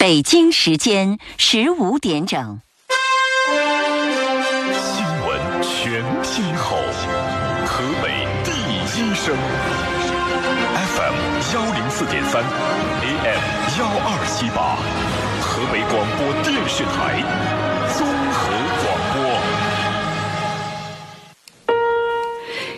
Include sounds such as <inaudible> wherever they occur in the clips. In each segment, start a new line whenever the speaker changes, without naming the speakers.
北京时间十五点整。
新闻全天候，河北第一声，FM 幺零四点三，AM 幺二七八，河北广播电视台综合广播。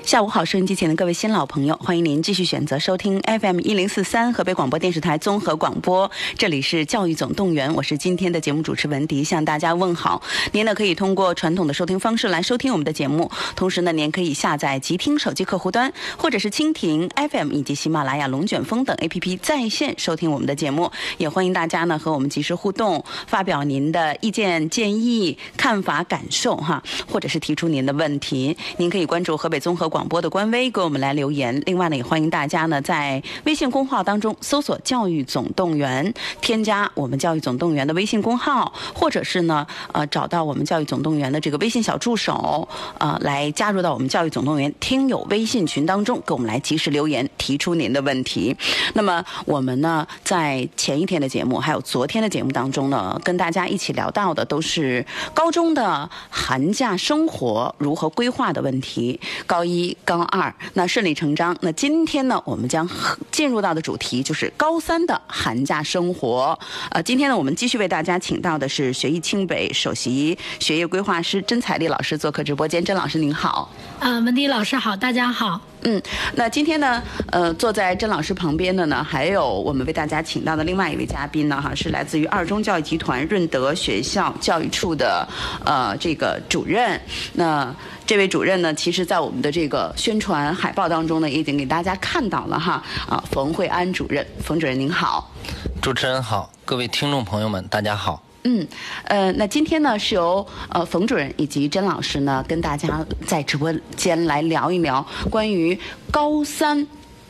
下午好，收音机前的各位新老朋友，欢迎您继续选择收听 FM 一零四三河北广播电视台综合广播，这里是教育总动员，我是今天的节目主持文迪，向大家问好。您呢可以通过传统的收听方式来收听我们的节目，同时呢您可以下载极听手机客户端或者是蜻蜓 FM 以及喜马拉雅龙卷风等 APP 在线收听我们的节目，也欢迎大家呢和我们及时互动，发表您的意见建议、看法感受哈，或者是提出您的问题，您可以关注河北综合广播的官微给我们来留言。另外呢，也欢迎大家呢在微信公号当中搜索“教育总动员”，添加我们“教育总动员”的微信公号，或者是呢呃找到我们“教育总动员”的这个微信小助手，呃来加入到我们“教育总动员”听友微信群当中，给我们来及时留言，提出您的问题。那么我们呢，在前一天的节目，还有昨天的节目当中呢，跟大家一起聊到的都是高中的寒假生活如何规划的问题，高一、高二，那顺理成章。那今天呢，我们将进入到的主题就是高三的寒假生活。呃，今天呢，我们继续为大家请到的是学艺清北首席学业规划师甄彩丽老师做客直播间。甄老师您好。
啊，文迪老师好，大家好。
嗯，那今天呢，呃，坐在甄老师旁边的呢，还有我们为大家请到的另外一位嘉宾呢，哈，是来自于二中教育集团润德学校教育处的呃这个主任。那这位主任呢，其实在我们的这个宣传海报当中呢，也已经给大家看到了哈。啊，冯慧安主任，冯主任您好。
主持人好，各位听众朋友们，大家好。
嗯，呃，那今天呢是由呃冯主任以及甄老师呢跟大家呃在直播间来聊一聊关于高三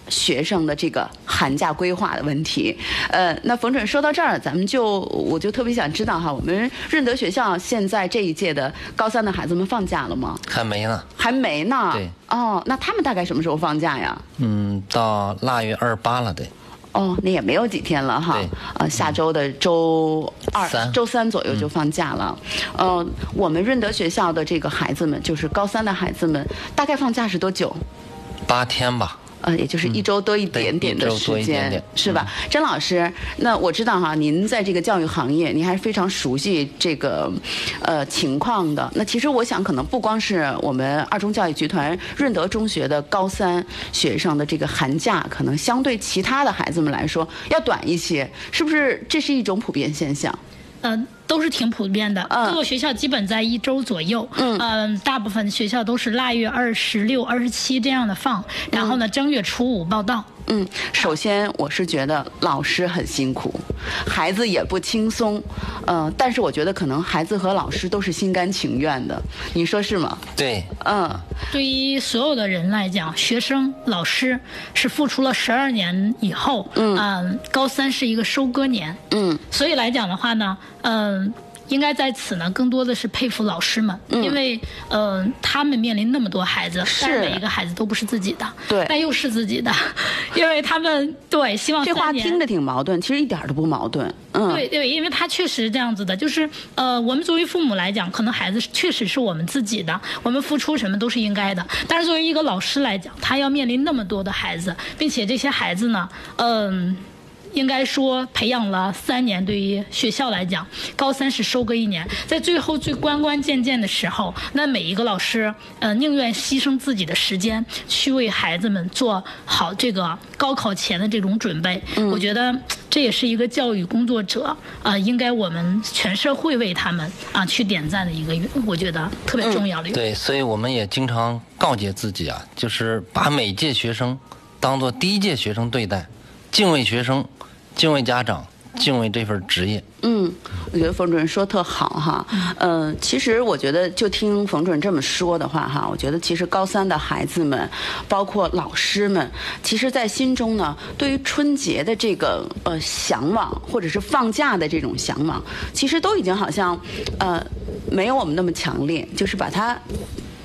学生的这个寒假规划的问题。呃，那冯主任说到这儿，咱们就我就特别想知道哈，我们润德学校现在这一届的高三的孩子们放假了吗？
还没呢，
还没呢。
对。
哦，那他们大概什么时候放假呀？
嗯，到腊月二八了得。
哦，那也没有几天了哈
对，
呃，下周的周二、
三嗯
周三左右就放假了。呃，我们润德学校的这个孩子们，就是高三的孩子们，大概放假是多久？
八天吧，
呃，也就是一周多一点点的
嗯对一周
时
多一
间，
点嗯点
是吧？甄老师，那我知道哈，您在这个教育行业，您还是非常熟悉这个呃情况的。那其实我想，可能不光是我们二中教育集团润德中学的高三学生的这个寒假，可能相对其他的孩子们来说要短一些，是不是？这是一种普遍现象。
呃，都是挺普遍的，
嗯
各个学校基本在一周左右。嗯、大部分学校都是腊月二十六、二十七这样的放，然后呢，正月初五报到。
嗯，首先我是觉得老师很辛苦，孩子也不轻松，呃，但是我觉得可能孩子和老师都是心甘情愿的，你说是吗？
对，
嗯
对于所有的人来讲，学生、老师是付出了十二年以后，嗯、高三是一个收割年，
嗯
所以来讲的话呢，嗯、应该在此呢，更多的是佩服老师们，因为嗯、呃他们面临那么多孩子，
是
但每一个孩子都不是自己的，
对
但又是自己的， <laughs> 因为他们对希望
这话
三年
听着挺矛盾，其实一点儿都不矛盾。嗯，
对对，因为他确实这样子的，就是呃，我们作为父母来讲，可能孩子是确实是我们自己的，我们付出什么都是应该的。但是作为一个老师来讲，他要面临那么多的孩子，并且这些孩子呢，嗯、应该说培养了三年，对于学校来讲，高三是收割一年，在最后最关关键键的时候，那每一个老师，呃，宁愿牺牲自己的时间去为孩子们做好这个高考前的这种准备。我觉得嘖这也是一个教育工作者啊、呃应该我们全社会为他们啊、去点赞的一个，我觉得特别重要的一个。
对，所以我们也经常告诫自己啊，就是把每届学生当做第一届学生对待，敬畏学生，敬畏家长，敬畏这份职业。
嗯，我觉得冯主任说特好哈。嗯、其实我觉得就听冯主任这么说的话哈，我觉得其实高三的孩子们，包括老师们，其实在心中呢，对于春节的这个呃向往，或者是放假的这种向往，其实都已经好像呃没有我们那么强烈，就是把它。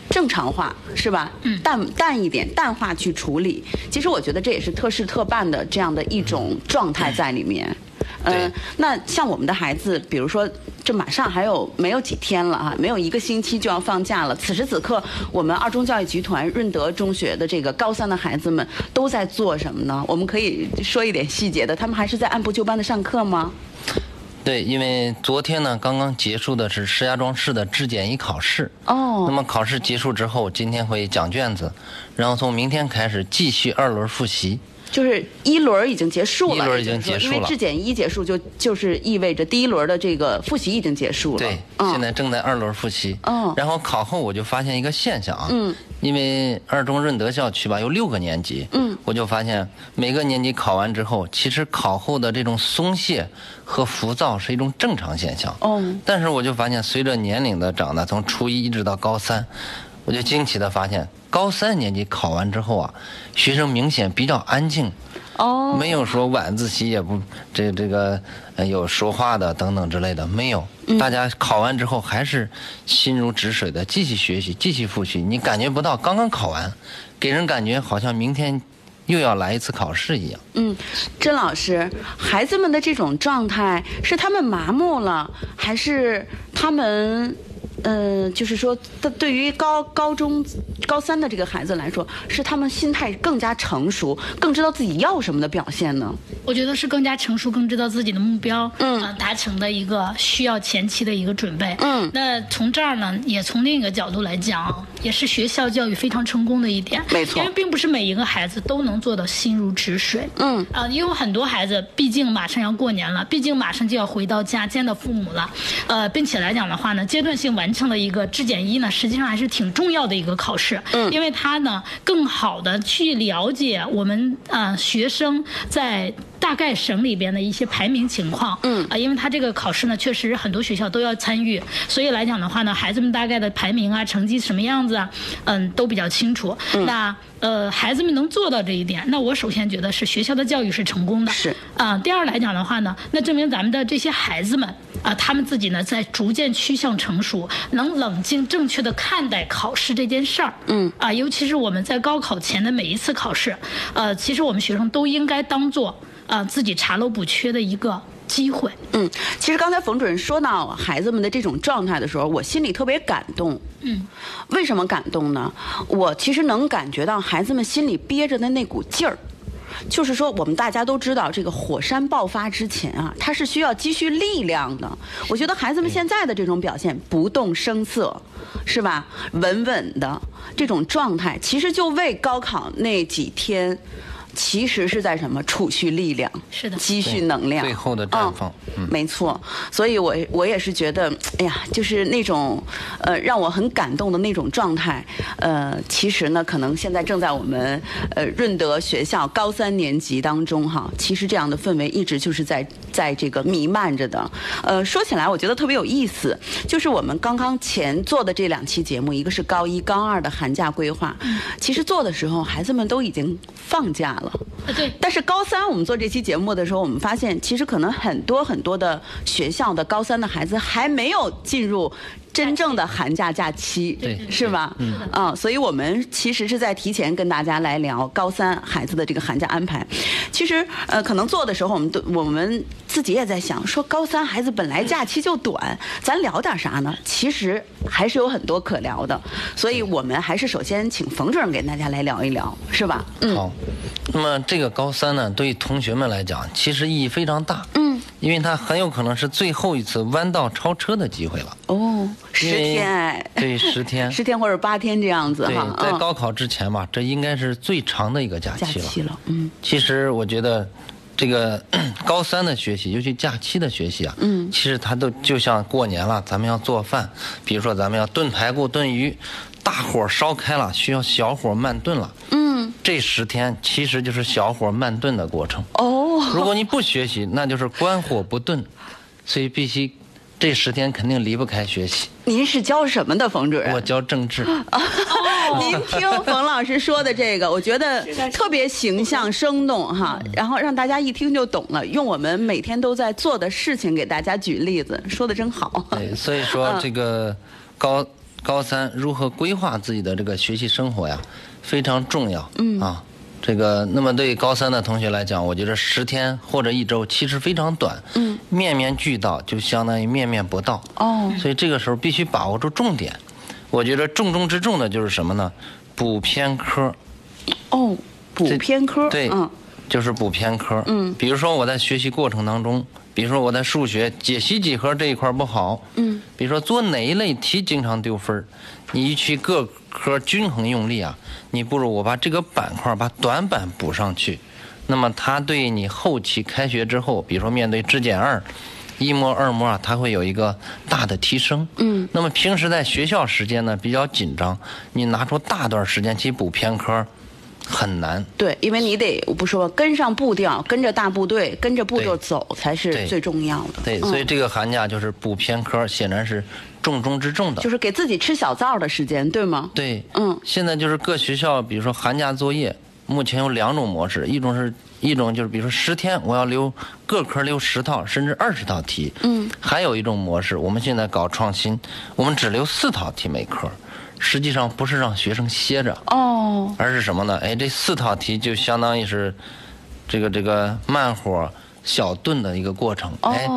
正常化是吧？嗯，淡淡一点，淡化去处理。其实我觉得这也是特事特办的这样的一种状态在里面。嗯
对，
那像我们的孩子，比如说，这马上还有没有几天了啊？没有一个星期就要放假了。此时此刻，我们二中教育集团润德中学的这个高三的孩子们都在做什么呢？我们可以说一点细节的，他们还是在按部就班的上课吗？
对，因为昨天呢，刚刚结束的是石家庄市的质检一考试。那
哦，
么考试结束之后，今天会讲卷子，然后从明天开始继续二轮复习。
就是一轮儿已经结束了，
一轮儿已经
也就是说
结束
因为
了
质检一结束就就是意味着第一轮的这个复习已经结束了。
对，
嗯、
现在正在二轮复习。
嗯
然后考后我就发现一个现象啊，
嗯，
因为二中润德校区吧有六个年级，
嗯，
我就发现每个年级考完之后，其实考后的这种松懈和浮躁是一种正常现象。
哦
但是我就发现，随着年龄的长大，从初一一直到高三，我就惊奇的发现，高三年级考完之后啊，学生明显比较安静。
哦，
没有说晚自习也不这这个呃有说话的等等之类的，没有。
嗯
大家考完之后还是心如止水的继续学习，继续复习。你感觉不到刚刚考完，给人感觉好像明天又要来一次考试一样。
嗯，甄老师，孩子们的这种状态是他们麻木了，还是他们，呃，就是说，对对于高高中高三的这个孩子来说，是他们心态更加成熟，更知道自己要什么的表现呢？
我觉得是更加成熟、更知道自己的目标，
嗯
呃达成的一个需要前期的一个准备，
嗯
那从这儿呢，也从另一个角度来讲啊，也是学校教育非常成功的一点，
没错
因为并不是每一个孩子都能做到心如止水，
嗯，
啊、因为很多孩子毕竟马上要过年了，毕竟马上就要回到家见到父母了，呃，并且来讲的话呢，阶段性完成了一个质检一呢，实际上还是挺重要的一个考试，嗯，因为它呢更好的去了解我们呃学生在。大概省里边的一些排名情况，嗯啊、因为它这个考试呢，确实很多学校都要参与，所以来讲的话呢，孩子们大概的排名啊、成绩什么样子啊，嗯，都比较清楚。那呃，孩子们能做到这一点，那我首先觉得是学校的教育是成功的。
是
啊、第二来讲的话呢，那证明咱们的这些孩子们啊、他们自己呢在逐渐趋向成熟，能冷静正确的看待考试这件事儿。嗯啊、尤其是我们在高考前的每一次考试，呃，其实我们学生都应该当做啊、自己查漏补缺的一个机会。
嗯，其实刚才冯主任说到孩子们的这种状态的时候，我心里特别感动。
嗯，
为什么感动呢？我其实能感觉到孩子们心里憋着的那股劲儿。就是说，我们大家都知道，这个火山爆发之前啊，它是需要积蓄力量的。我觉得孩子们现在的这种表现，不动声色，是吧？稳稳的这种状态，其实就为高考那几天，其实是在什么储蓄力量，
是的
积蓄能量，
最后的
嗯
绽放。
没错，所以我我也是觉得，哎呀，就是那种呃让我很感动的那种状态。呃，其实呢，可能现在正在我们呃润德学校高三年级当中哈，其实这样的氛围一直就是在在这个弥漫着的。呃，说起来我觉得特别有意思，就是我们刚刚前做的这两期节目，一个是高一高二的寒假规划，
嗯
其实做的时候孩子们都已经放假了。
呃对，
但是高三我们做这期节目的时候，我们发现其实可能很多很多的学校的高三的孩子还没有进入。真正的寒假假期，
对对
是吧？嗯所以我们其实是在提前跟大家来聊高三孩子的这个寒假安排。其实，呃，可能做的时候，我们都我们自己也在想，说高三孩子本来假期就短，咱聊点啥呢？其实还是有很多可聊的，所以我们还是首先请冯主任给大家来聊一聊，是吧？嗯，
好，那么这个高三呢，对于同学们来讲，其实意义非常大。嗯，因为它很有可能是最后一次弯道超车的机会了。
哦，十
因为
天哎，
对，十
<laughs>
天。
十天或者八天这样子
对
哈，，
在
嗯
高考之前吧，这应该是最长的一个假
假
期了。
期了，嗯
其实我觉得，这个 <clears throat> 高三的学习，尤其假期的学习啊，嗯，其实它都就像过年了，咱们要做饭，比如说咱们要炖排骨、炖鱼，大火烧开了，需要小火慢炖了。
嗯，
这十天其实就是小火慢炖的过程。
哦，
如果你不学习，那就是关火不炖，所以必须这十天肯定离不开
<laughs>
学习。
您是教什么的，冯主
我
任？哦
教政治。 <laughs>
您听冯老师说的这个，我觉得特别形象生动哈，然后让大家一听就懂了。用我们每天都在做的事情给大家举例子，说的真
<laughs>
好。
对，所以说这个高高三如何规划自己的这个学习生活呀，非常重要。嗯啊，这个，那么对高三的同学来讲，我觉得十天或者一周其实非常短，嗯，面面俱到就相当于面面不到，
哦，
所以这个时候必须把握住重点。我觉得重中之重的就是什么呢？补偏科，
哦，补
这
偏科，
对，
嗯，
就是补偏科。
嗯
比如说我在学习过程当中，比如说我在数学解析几何这一块不好，
嗯，
比如说做哪一类题经常丢分儿你一去各科均衡用力啊，你不如我把这个板块把短板补上去，那么它对你后期开学之后，比如说面对质检二。一模二模啊，它会有一个大的提升。
嗯，
那么平时在学校时间呢比较紧张，你拿出大段时间去补偏科，很难。
对，因为你得我不说跟上步调，跟着大部队，跟着步骤
对
走才是
对
最重要的。
对，
嗯
所以这个寒假就是补偏科，显然是重中之重的。
就是给自己吃小灶的时间，对吗？
对，
嗯
现在就是各学校，比如说寒假作业，目前有两种模式，一种是一种就是比如说十天我要留各科留十套甚至二十道题，
嗯，
还有一种模式，我们现在搞创新，我们只留四套题每科，实际上不是让学生歇着，
哦，
而是什么呢？哎，这四套题就相当于是这个这个慢火小炖的一个过程。
哦
哎，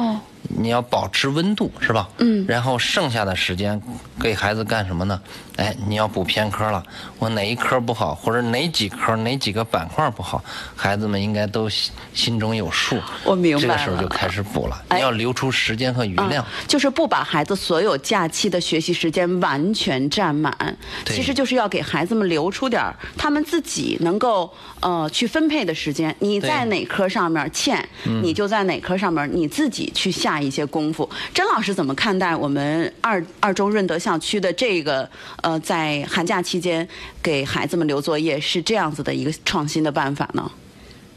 你要保持温度是吧？
嗯
然后剩下的时间给孩子干什么呢？哎，你要补偏科了，我哪一科不好，或者哪几科哪几个板块不好，孩子们应该都心心中有数。
我明白
这个时候
了
就开始补了，
哎
你要留出时间和余
嗯
量。
就是不把孩子所有假期的学习时间完全占满，
对
其实就是要给孩子们留出点儿他们自己能够呃去分配的时间。你在
对嗯
哪科上面欠，你就在哪科上面你自己去下一些功夫。甄老师怎么看待我们二二中润德校区的这个呃在寒假期间给孩子们留作业是这样子的一个创新的办法呢？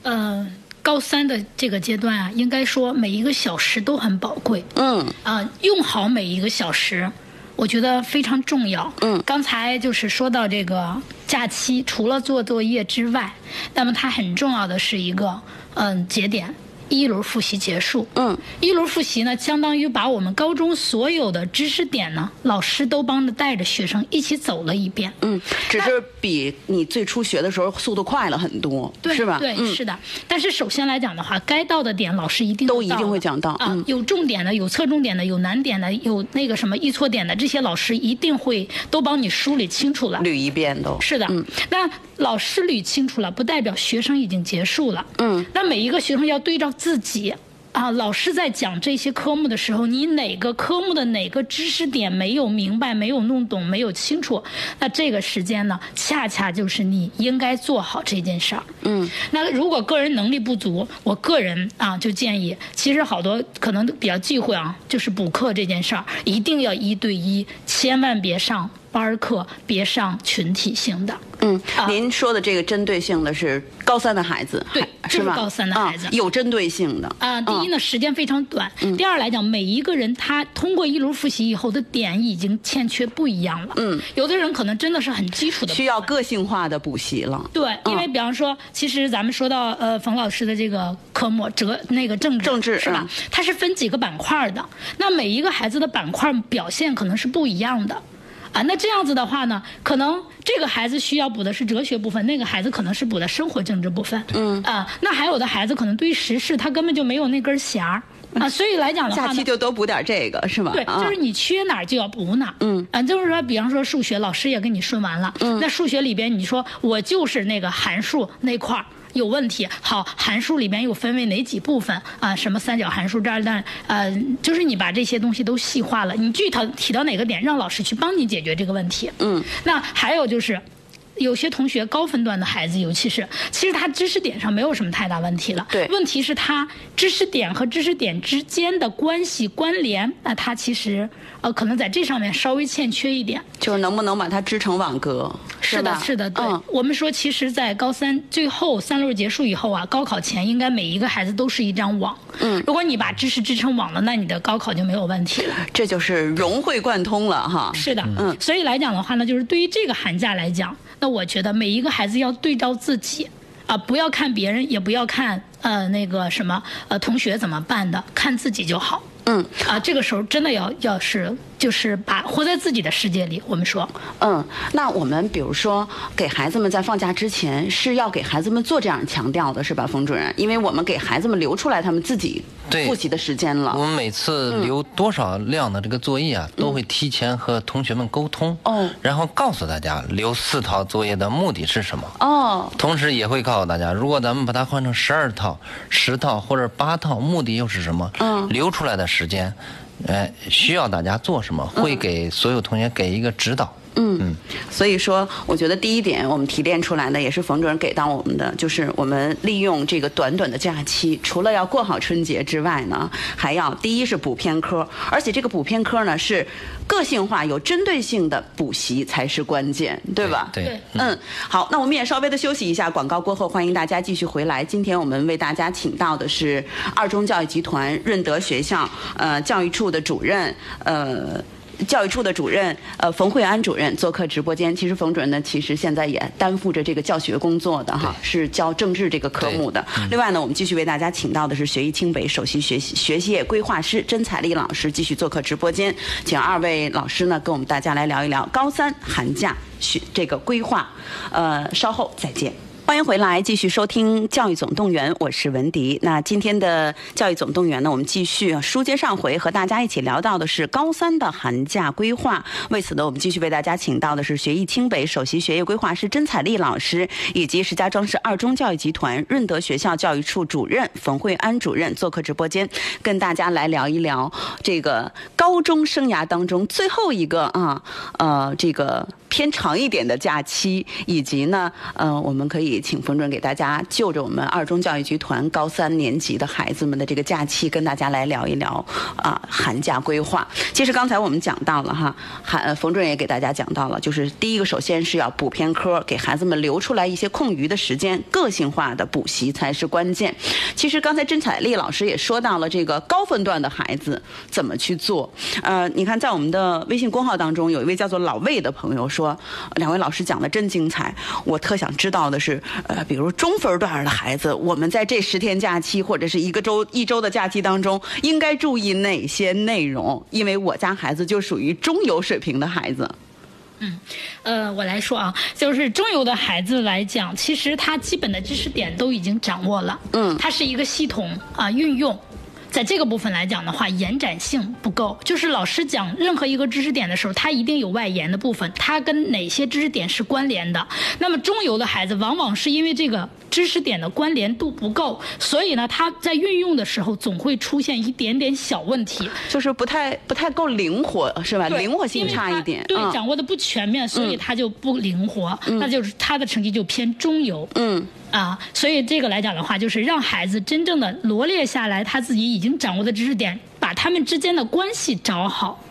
呃，高三的这个阶段啊，应该说每一个小时都很宝贵。
嗯，
啊、用好每一个小时，我觉得非常重要。
嗯
刚才就是说到这个假期，除了做作业之外，那么它很重要的是一个嗯节点，一轮复习结束。
嗯，
一轮复习呢，相当于把我们高中所有的知识点呢，老师都帮着带着学生一起走了一遍。
嗯，只是比你最初学的时候速度快了很多，
对
是吧？
对，
嗯、
是的。但是首先来讲的话，该到的点老师一定
都
到
一定
的
会讲到
啊
嗯，
有重点的，有侧重点的，有难点的，有那个什么易错点的，这些老师一定会都帮你梳理清楚了。
捋一遍都。
是的，
嗯
那老师捋清楚了，不代表学生已经结束了。
嗯，
那每一个学生要对照自己啊，老师在讲这些科目的时候，你哪个科目的哪个知识点没有明白、没有弄懂、没有清楚，那这个时间呢，恰恰就是你应该做好这件事儿。
嗯，
那如果个人能力不足，我个人啊就建议，其实好多可能比较忌讳啊，就是补课这件事儿，一定要一对一，千万别上班儿课，别上群体性的。
嗯，
啊
您说的这个针对性的是高三的孩子，
对
还
就是是
吧？
高三的孩子
啊、有针对性的
啊、第一
哦
呢，时间非常短；
嗯
第二来讲，每一个人他通过一轮复习以后的点已经欠缺不一样了。嗯，有的人可能真的是很基础的
需要个性化的补习了。
对，因为
嗯
比方说，其实咱们说到呃冯老师的这个科目哲那个政治
政治
是吧？它是分几个板块的，那每一个孩子的板块表现可能是不一样的。啊，那这样子的话呢，可能这个孩子需要补的是哲学部分，那个孩子可能是补的生活政治部分。嗯啊，那还有的孩子可能对于时事他根本就没有那根弦儿啊，所以来讲的话
假
呢，
期就都补点这个是吧？
对，
啊
就是你缺哪儿就要补哪儿。
嗯
啊，就是说，比方说数学，老师也跟你说完了。嗯，那数学里边，你说我就是那个函数那块儿。有问题，好，函数里边又分为哪几部分啊？什么三角函数这儿的，呃，就是你把这些东西都细化了，你具体提到哪个点，让老师去帮你解决这个问题。嗯，那还有就是，有些同学高分段的孩子，尤其是，其实他知识点上没有什么太大问题了。
对
问题是他知识点和知识点之间的关系关联，那他其实呃可能在这上面稍微欠缺一点。
就是能不能把它织成网格？
是的
吧，
是的，对。
嗯
我们说，其实，在高三最后三轮结束以后啊，高考前应该每一个孩子都是一张网。嗯，如果你把知识织成网了，那你的高考就没有问题了。
这就是融会贯通了哈。
是的，嗯，所以来讲的话呢，就是对于这个寒假来讲，那我觉得每一个孩子要对照自己啊、不要看别人，也不要看呃那个什么呃同学怎么办的，看自己就好。
嗯
啊，这个时候真的要要是就是把活在自己的世界里。我们说，
嗯，那我们比如说给孩子们在放假之前是要给孩子们做这样强调的，是吧，冯主任？因为我们给孩子们留出来他们自己
对
复习的时间
我
了。
们每次
嗯
留多少量的这个作业啊，都会提前和同学们沟通，
哦
然后告诉大家留四套作业的目的是什么。
哦，
同时也会告诉大家，如果咱们把它换成十二套、十套或者八套，目的又是什么？
嗯
留出来的时间，呃，需要大家做什么？会给所有同学给一个指导。
嗯，所以说，我觉得第一点我们提炼出来的，也是冯主任给到我们的，就是我们利用这个短短的假期，除了要过好春节之外呢，还要第一是补偏科，而且这个补偏科呢是个性化、有针对性的补习才是关键，对吧？
对，
对
嗯，好，那我们也稍微的休息一下，广告过后欢迎大家继续回来。今天我们为大家请到的是二中教育集团润德学校呃教育处的主任呃。教育处的主任，呃，冯慧安主任做客直播间。其实冯主任呢，其实现在也担负着这个教学工作的哈，是教政治这个科目的。另外呢，我们继续为大家请到的是学艺清北首席学习学习业规划师甄彩丽老师继续做客直播间，请二位老师呢跟我们大家来聊一聊高三寒假学这个规划。呃，稍后再见。欢迎回来，继续收听《教育总动员》，我是文迪。那今天的《教育总动员》呢，我们继续啊书接上回，和大家一起聊到的是高三的寒假规划。为此呢，我们继续为大家请到的是学艺清北首席学业规划师甄彩丽老师，以及石家庄市二中教育集团润德学校教育处主任冯慧安主任做客直播间，跟大家来聊一聊这个高中生涯当中最后一个啊，呃，这个偏长一点的假期，以及呢，呃，我们可以请冯主任给大家就着我们二中教育集团高三年级的孩子们的这个假期，跟大家来聊一聊啊、寒假规划。其实刚才我们讲到了哈，韩呃冯主任也给大家讲到了，就是第一个，首先是要补偏科，给孩子们留出来一些空余的时间，个性化的补习才是关键。其实刚才甄彩丽老师也说到了这个高分段的孩子怎么去做。呃，你看在我们的微信公号当中，有一位叫做老魏的朋友说，呃两位老师讲的真精彩，我特想知道的是，呃，比如中分段的孩子，我们在这十天假期或者是一个周一周的假期当中，应该注意哪些内容？因为我家孩子就属于中游水平的孩子。
呃，我来说啊，就是中游的孩子来讲，其实他基本的知识点都已经掌握了，
嗯
它是一个系统啊、运用。在这个部分来讲的话，延展性不够，就是老师讲任何一个知识点的时候，它一定有外延的部分，它跟哪些知识点是关联的。那么中游的孩子往往是因为这个知识点的关联度不够，所以呢，他在运用的时候总会出现一点点小问题。
就是不太不太够灵活，是吧？
对
灵活性差一点。
因为他
嗯
对，掌握的不全面，所以他就不灵活，那就是他的成绩就偏中游。
嗯
啊，所以这个来讲的话，就是让孩子真正的罗列下来他自己已经掌握的知识点，把他们之间的关系找好。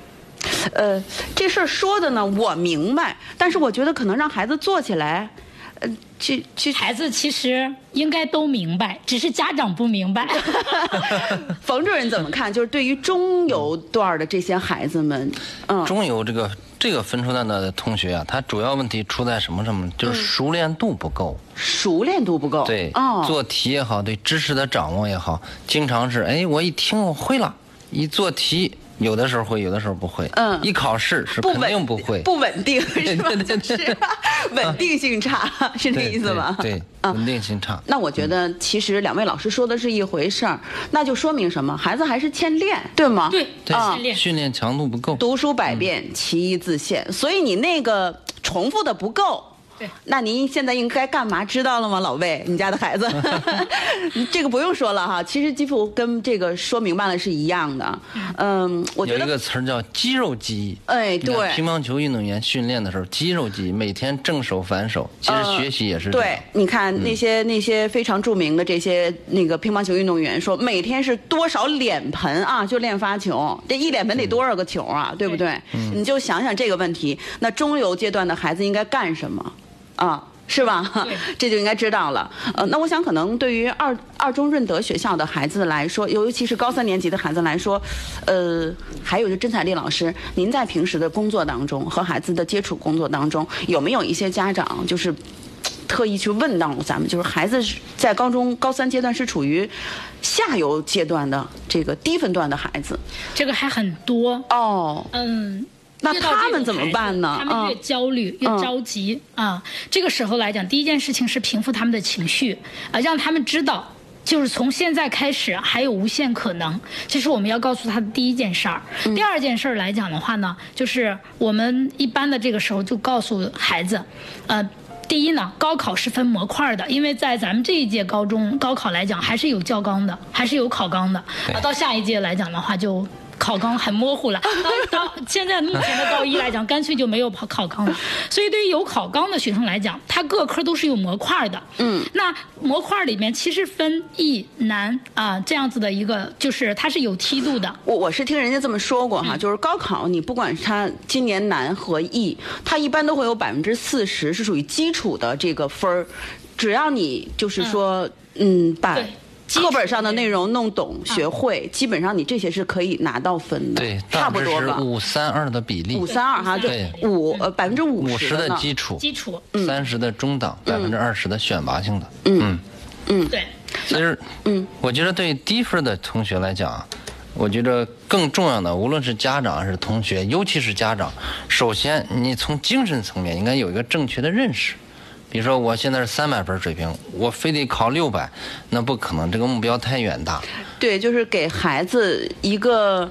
呃，这事儿说的呢，我明白，但是我觉得可能让孩子做起来，呃，去去，
孩子其实应该都明白，只是家长不明白。 <laughs>
冯主任怎么看？就是对于中游段儿的这些孩子们，嗯，
中游这个这个分数段的同学啊，他主要问题出在什么上面？
嗯
就是熟练度不够。
熟练度不够，
对，
哦，
做题也好，对知识的掌握也好，经常是哎，我一听我会了，一做题有的时候会，有的时候不会。
嗯
一考试是
不
肯
稳
定不会。
不稳定是吧？
对对
就 <laughs>
对
是啊稳定性差，是这
对
意思吗？
对，对
啊
稳定性差。
那我觉得，其实两位老师说的是一回事儿，那就说明什么？孩子还是欠练，对吗？
对，
对
啊
训练
训练强度不够。
读书百遍，其义自现。所以你那个重复的不够。
对
那您现在应该干嘛？知道了吗，老魏？你家的孩子，这个不用说了哈。其实几乎跟这个说明白了是一样的。嗯，我觉
有一
得
个词儿叫肌肉记忆。
哎
你看
对
乒乓球运动员训练的时候，肌肉记忆，每天正手反手，其实
呃
学习也是这样。嗯
对，你看那些那些非常著名的这些那个乒乓球运动员说，每天是多少脸盆啊？就练发球，这一脸盆得多少个球
嗯
啊？对不对？你就想想这个问题，那中游阶段的孩子应该干什么啊？是吧
对？
<laughs> 这就应该知道了。呃，那我想可能对于二二中润德学校的孩子来说，尤其是高三年级的孩子来说，呃，还有就甄彩丽老师，您在平时的工作当中和孩子的接触工作当中，有没有一些家长就是特意去问到了咱们，就是孩子是在高中高三阶段是处于下游阶段的这个低分段的孩子。
这个还很多。
哦，
嗯，
那
遇到这
他
种
们怎么
孩子
办呢
他们越
嗯
焦虑、
嗯
越着急啊、这个时候来讲，第一件事情是平复他们的情绪，啊，让他们知道。就是从现在开始还有无限可能，这是我们要告诉他的第一件事儿。
嗯
第二件事儿来讲的话呢，就是我们一般的这个时候就告诉孩子，呃，第一呢，高考是分模块的，因为在咱们这一届高中高考来讲还是有教纲的，还是有考纲的。啊，到下一届来讲的话就。考纲很模糊了，到到现在目前的高一来讲，干脆就没有考考纲 <laughs> 了。所以对于有考纲的学生来讲，他各科都是有模块的。嗯，那模块里面其实分易难啊、这样子的一个，就是它是有梯度的。
我我是听人家这么说过
嗯
哈，就是高考你不管是它今年难和易，它一般都会有百分之四十是属于基础的这个分儿，只要你就是说，嗯，把
对基础嗯
课本上的内容弄懂、学会，基本上你这些是可以拿到分的，
对，
差
大
不
致
多
是
吧。
五三二的比例，
五三二哈，就
嗯对
五呃百分之五
五十
的
的
呢嗯
基础，
基础，
三十的中档，百分之二十的选拔性的。嗯，
对，
其实，嗯，我觉得对低分的同学来讲啊，我觉得更重要的，无论是家长还是同学，尤其是家长，首先你从精神层面应该有一个正确的认识。比如说，我现在是三百分水平，我非得考六百，那不可能，这个目标太远大。
对，就是给孩子一个呃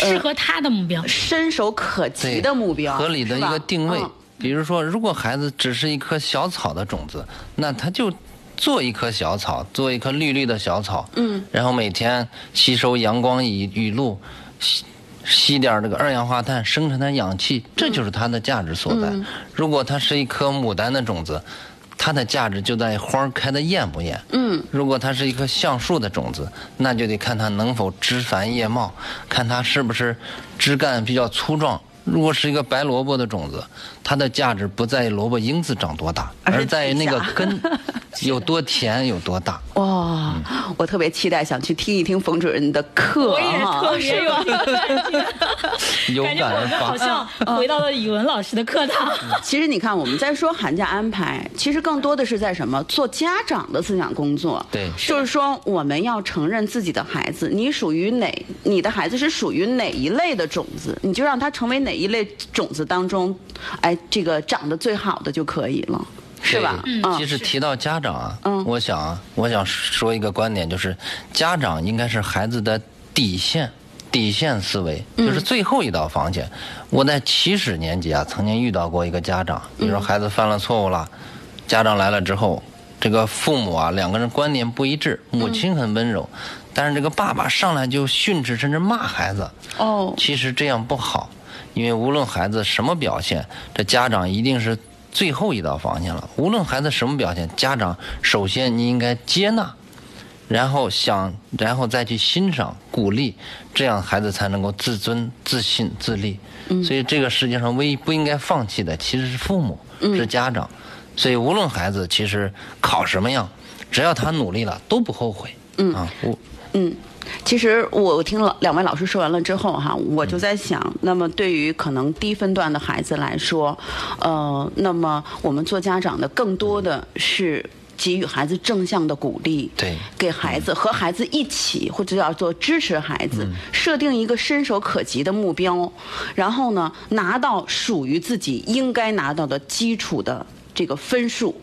嗯适合他的目标。
伸手可及
对
的目标，
合理的一
是
个
吧
定位
嗯。
比如说，如果孩子只是一颗小草的种子，那他就做一棵小草，做一棵绿绿的小草，嗯，然后每天吸收阳光雨雨露，吸吸点儿这个二氧化碳，生成它氧气，这就是它的价值所在。
嗯
如果它是一颗牡丹的种子。它的价值就在花儿开的艳不艳。嗯，如果它是一棵橡树的种子，那就得看它能否枝繁叶茂，看它是不是枝干比较粗壮。如果是一个白萝卜的种子，它的价值不在于萝卜缨子长多大，
而是
而在于那个
底下
根
<laughs>
有多甜有多大。
哇，
嗯
我特别期待想去听一听冯主任的课
我也
哈
特别有这个感觉，
有
感觉
感
我
而
们
发
好像
嗯
回到了语文老师的课堂。
其实你看，我们在说寒假安排，其实更多的是在什么？做家长的思想工作。
对
就是说我们要承认自己的孩子，你属于哪，你的孩子是属于哪一类的种子，你就让他成为哪一类种子当中，哎，这个长得最好的就可以了，是吧？
对嗯其实提到家长啊，
嗯
我想啊，我想说一个观点，就是家长应该是孩子的底线。底线思维
嗯
就是最后一道防线。我在起始年级啊，曾经遇到过一个家长，比
嗯
如说孩子犯了错误了，家长来了之后，这个父母啊两个人观念不一致，母
嗯
亲很温柔，但是这个爸爸上来就训斥甚至骂孩子。
哦，
其实这样不好，因为无论孩子什么表现，这家长一定是最后一道防线了。无论孩子什么表现，家长首先你应该接纳，然后想，然后再去欣赏、鼓励，这样孩子才能够自尊、自信、自立。所以这个世界上唯一不应该放弃的，其实是父母，是家长。所以无论孩子其实考什么样，只要他努力了，都不后悔。嗯啊，我
其实我听了两位老师说完了之后哈，我就在想，那么对于可能低分段的孩子来说，呃，那么我们做家长的更多的是。给予孩子正向的鼓励，
对
给孩子和孩子一起，或者叫做支持孩子，设定一个伸手可及的目标，然后呢，拿到属于自己应该拿到的基础的这个分数，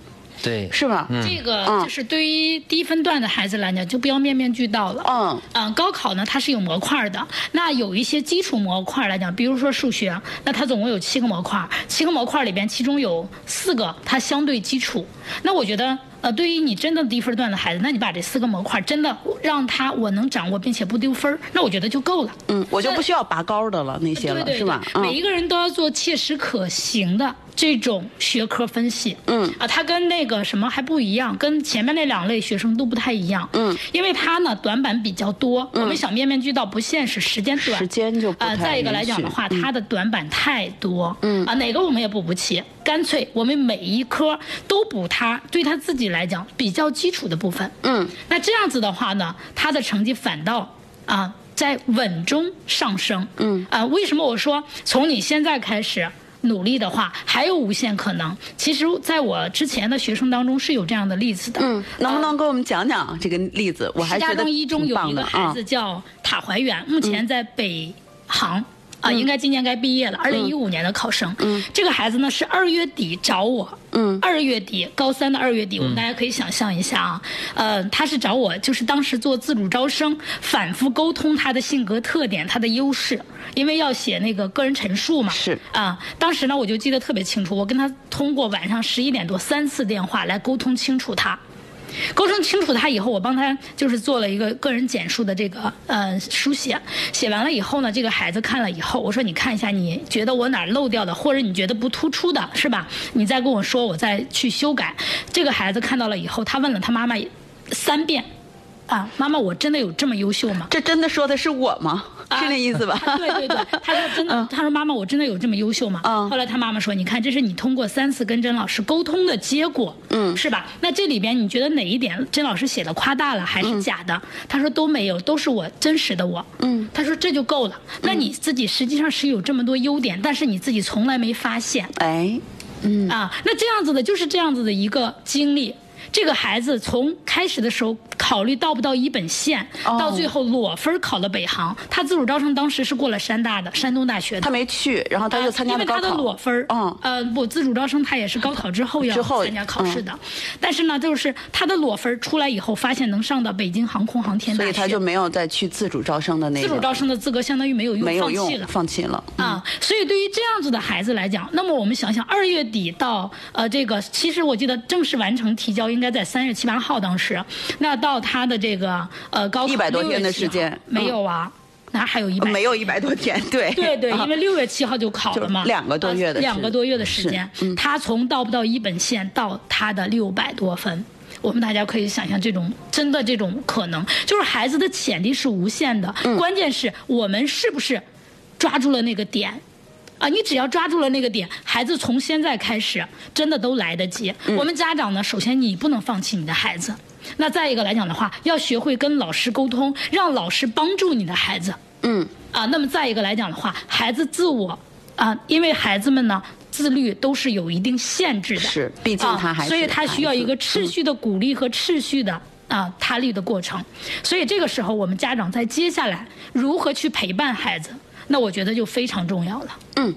对
是吧？
这个
嗯
就是对于低分段的孩子来讲，就不要面面俱到了。
嗯
嗯，高考呢它是有模块的，那有一些基础模块来讲，比如说数学，那它总共有七个模块，七个模块里边其中有四个它相对基础。那我觉得。呃，对于你真的低分段的孩子，那你把这四个模块真的让他我能掌握并且不丢分儿那我觉得就够了。
嗯，我就不需要拔高的了，那些了
对对
是吧？嗯
对每一个人都要做切实可行的这种学科分析。嗯啊，它跟那个什么还不一样，跟前面那两类学生都不太一样。嗯，因为它呢短板比较多，我们想面面俱到不现实，时间
嗯
短，
时间就不
呃，
太
再一个来讲的
允许
话，它的短板太多。嗯啊，哪个我们也补不齐，干脆我们每一科都补它，对他自己来讲比较基础的部分。嗯，那这样子的话呢，他的成绩反倒啊在稳中上升。嗯啊，为什么我说从你现在开始？努力的话，还有无限可能。其实，在我之前的学生当中是有这样的例子的。
嗯，能不能给我们讲讲这个例子？我还
石
觉
家
得
庄一中
挺
有
棒
一
的
个孩
啊嗯
子。叫塔怀远，目前在北航。啊，应该今年该毕业了，二零一五年的考生。嗯，这个孩子呢是二月底找我。
嗯
二月底，高三的二月底，我们大家可以想象一下啊，呃，他是找我，就是当时做自主招生，反复沟通他的性格特点、他的优势，因为要写那个个人陈述嘛。
是
啊，当时呢我就记得特别清楚，我跟他通过晚上十一点多三次电话来沟通清楚他。沟通清楚他以后，我帮他就是做了一个个人简述的这个呃书写，写完了以后呢，这个孩子看了以后，我说你看一下，你觉得我哪儿漏掉的，或者你觉得不突出的是吧？你再跟我说，我再去修改。这个孩子看到了以后，他问了他妈妈三遍，啊，妈妈，我真的有这么优秀吗？
这真的说的是我吗？
啊
是那意思吧？
<laughs> 对对对，他说真的，他说妈妈，我真的有这么优秀吗？
嗯
后来他妈妈说，你看，这是你通过三次跟甄老师沟通的结果，嗯，是吧？那这里边你觉得哪一点甄老师写的夸大了还是假的？他说都没有，都是我真实的我。嗯，他说这就够了。那你自己实际上是有这么多优点，但是你自己从来没发现。
<laughs> 哎，
啊，那这样子的就是这样子的一个经历。这个孩子从开始的时候考虑到不到一本线，
哦
到最后裸分考了北航。他自主招生当时是过了山大的，山东大学的。啊
他没去，然后他又参加
因
了
为
高
他的
考
裸。分儿，
嗯
呃，不，自主招生他也是高考之后要
之后嗯
参加考试的，但是呢，就是他的裸分儿出来以后，发现能上到北京航空航天大
所
学，
以他就没有再去自主招生的那
自
个，
主招生的资格相当于没有用，
没有
放弃
用，
了。
放弃了。
啊，所以对于这样子的孩子来讲，那么我们想想，二月底到呃这个，其实我记得正式完成提交应该在三月七八号当时，那到他的这个呃高考
100多
6月
天的
7
时间嗯哦
号没有啊，那还有一百
没有一百多天，对
对对，
啊
因为六月七号就考了嘛，
就两个多月的时
呃
嗯
两个多月的时间，他从到不到一本线到他的六百多分。我们大家可以想象，这种真的这种可能，就是孩子的潜力是无限的，
嗯
关键是我们是不是抓住了那个点。啊，你只要抓住了那个点，孩子从现在开始真的都来得及。
嗯
我们家长呢，首先你不能放弃你的孩子，那再一个来讲的话，要学会跟老师沟通，让老师帮助你的孩子。
嗯，
啊，那么再一个来讲的话，孩子自我啊，因为孩子们呢自律都是有一定限制的，
是毕竟他还
啊，
是
所以他需要一个
孩子嗯
持续的鼓励和持续的。啊，他力的过程，所以这个时候我们家长在接下来如何去陪伴孩子，那我觉得就非常重要了。
嗯，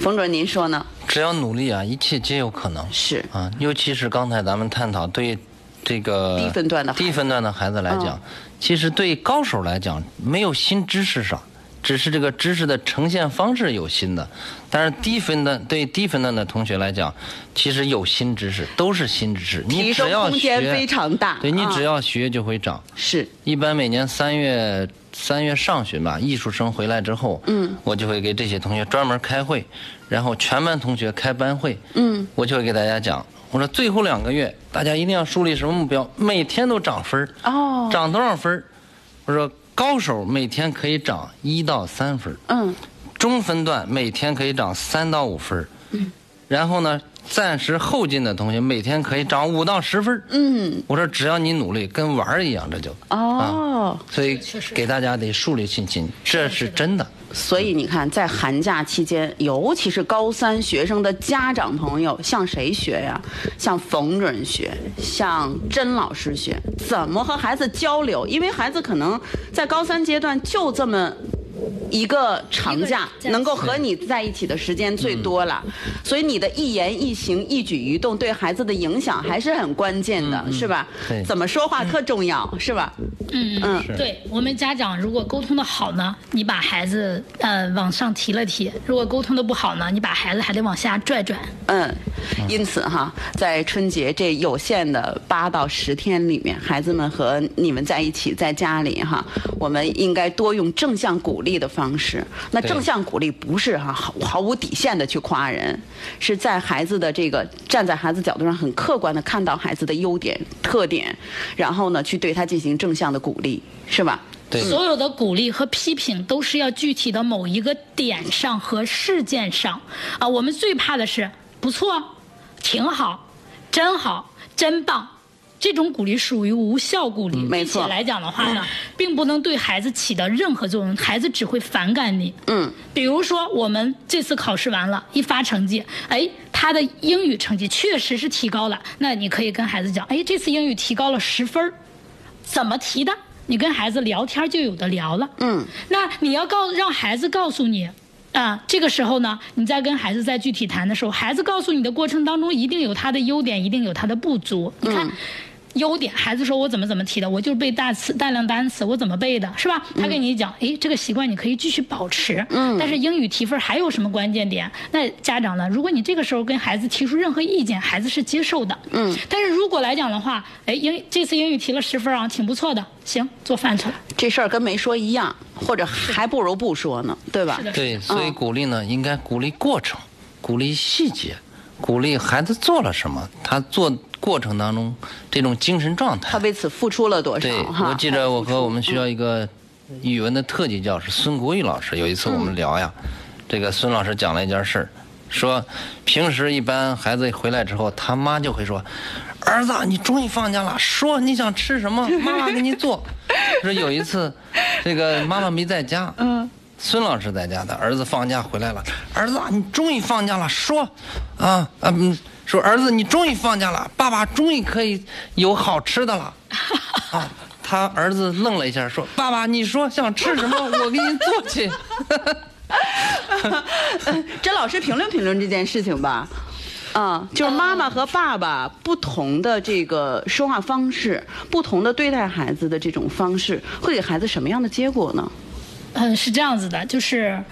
冯主任您说呢？
只要努力啊，一切皆有可能。
是
啊，尤其是刚才咱们探讨对这个
低分段的孩子嗯
低分段的孩子来讲，其实对高手来讲，没有新知识上，只是这个知识的呈现方式有新的。但是低分段对低分段的同学来讲，其实有新知识，都是新知识。你
提
只
升
要
空间
学
非常大
对你
啊
只要学就会长。
是，
一般每年三月三月上旬吧，艺术生回来之后，嗯，我就会给这些同学专门开会，然后全班同学开班会，嗯，我就会给大家讲，我说最后两个月大家一定要树立什么目标，每天都涨分儿
哦
涨多少分儿我说高手每天可以涨一到三分儿
嗯，
中分段每天可以涨三到五分嗯，然后呢，暂时后进的同学每天可以涨五到十分嗯，我说只要你努力，跟玩儿一样，这就
哦，
所以
确实
给大家得树立信心，这是真的。
所以你看，在寒假期间，尤其是高三学生的家长朋友，向谁学呀？向冯主任学，向甄老师学，怎么和孩子交流？因为孩子可能在高三阶段就这么。一个长假
一个假期
能够和你在一起的时间最多了，所以你的一言一行、一举一动对孩子的影响还是很关键的，是吧
对？
怎么说话特重要，是吧？
嗯
嗯
对我们家长如果沟通的好呢，你把孩子呃往上提了提；如果沟通的不好呢，你把孩子还得往下拽拽。
嗯，因此哈，在春节这有限的八到十天里面，孩子们和你们在一起，在家里哈，我们应该多用正向鼓励的方式。那
对
正向鼓励不是哈毫毫无底线的去夸人，是在孩子的这个站在孩子角度上，很客观的看到孩子的优点、特点，然后呢，去对他进行正向的鼓励，是吧？
对，
所有的鼓励和批评都是要具体的某一个点上和事件上啊。我们最怕的是不错、挺好、真好、真棒。这种鼓励属于无效鼓励，
嗯没
并且
错
来讲的话呢，并不能对孩子起到任何作用，孩子只会反感你。
嗯，
比如说我们这次考试完了，一发成绩，哎，他的英语成绩确实是提高了，那你可以跟孩子讲，哎，这次英语提高了十分儿怎么提的？你跟孩子聊天就有的聊了。
嗯，
那你要告让孩子告诉你。啊、这个时候呢，你在跟孩子在具体谈的时候，孩子告诉你的过程当中，一定有他的优点，一定有他的不足。你看，优点，孩子说我怎么怎么提的，我就是背大词大量单词，我怎么背的，是吧？他跟你讲，诶，这个习惯你可以继续保持。嗯，但是英语提分还有什么关键点？那家长呢？如果你这个时候跟孩子提出任何意见，孩子是接受的。嗯，但是如果来讲的话，诶，英这次英语提了十分啊，挺不错的，行，做饭去了。
这事儿跟没说一样，或者还不如不说呢，对吧？
是的
对，所以鼓励呢，应该鼓励过程，鼓励细节，鼓励孩子做了什么，他做过程当中这种精神状
他
态。
为此付出了多少？
对，
哈，
我记得我和我们学校一个语文的特级教师孙国玉老师，有一次我们聊呀，这个孙老师讲了一件事儿，说平时一般孩子回来之后，他妈就会说：“儿子，你终于放假了，说你想吃什么，妈妈给你做。”说有一次，这个妈妈没在家，嗯。孙老师在家，他儿子放假回来了。儿子啊，你终于放假了，说，啊，嗯，说儿子，你终于放假了，爸爸终于可以有好吃的了。 <laughs> 啊，他儿子愣了一下，说：“爸爸，你说想吃 <laughs> 什么，我给你做去。 <laughs>
<laughs> 甄老师评论评论这件事情吧。啊、就是妈妈和爸爸不同的这个说话方式，不同的对待孩子的这种方式，会给孩子什么样的结果
<laughs>
呢？
嗯，是这样子的，就是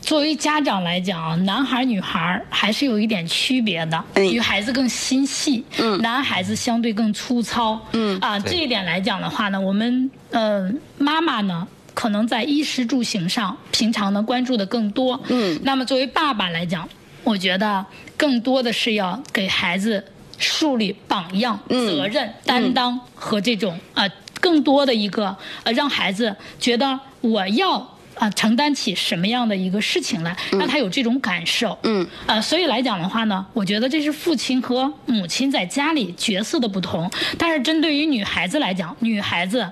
作为家长来讲啊，男孩儿女孩儿还是有一点区别的，
嗯
女孩子更心细，哎嗯，男孩子相对更粗糙，嗯啊，
对
这一点来讲的话呢，我们呃妈妈呢。可能在衣食住行上，平常呢关注的更多。嗯，那么作为爸爸来讲，我觉得更多的是要给孩子树立榜样、责任、担当和这种呃更多的一个呃让孩子觉得我要。啊，承担起什么样的一个事情来，让他有这种感受。嗯，呃，所以来讲的话呢，我觉得这是父亲和母亲在家里角色的不同。但是针对于女孩子来讲，女孩子，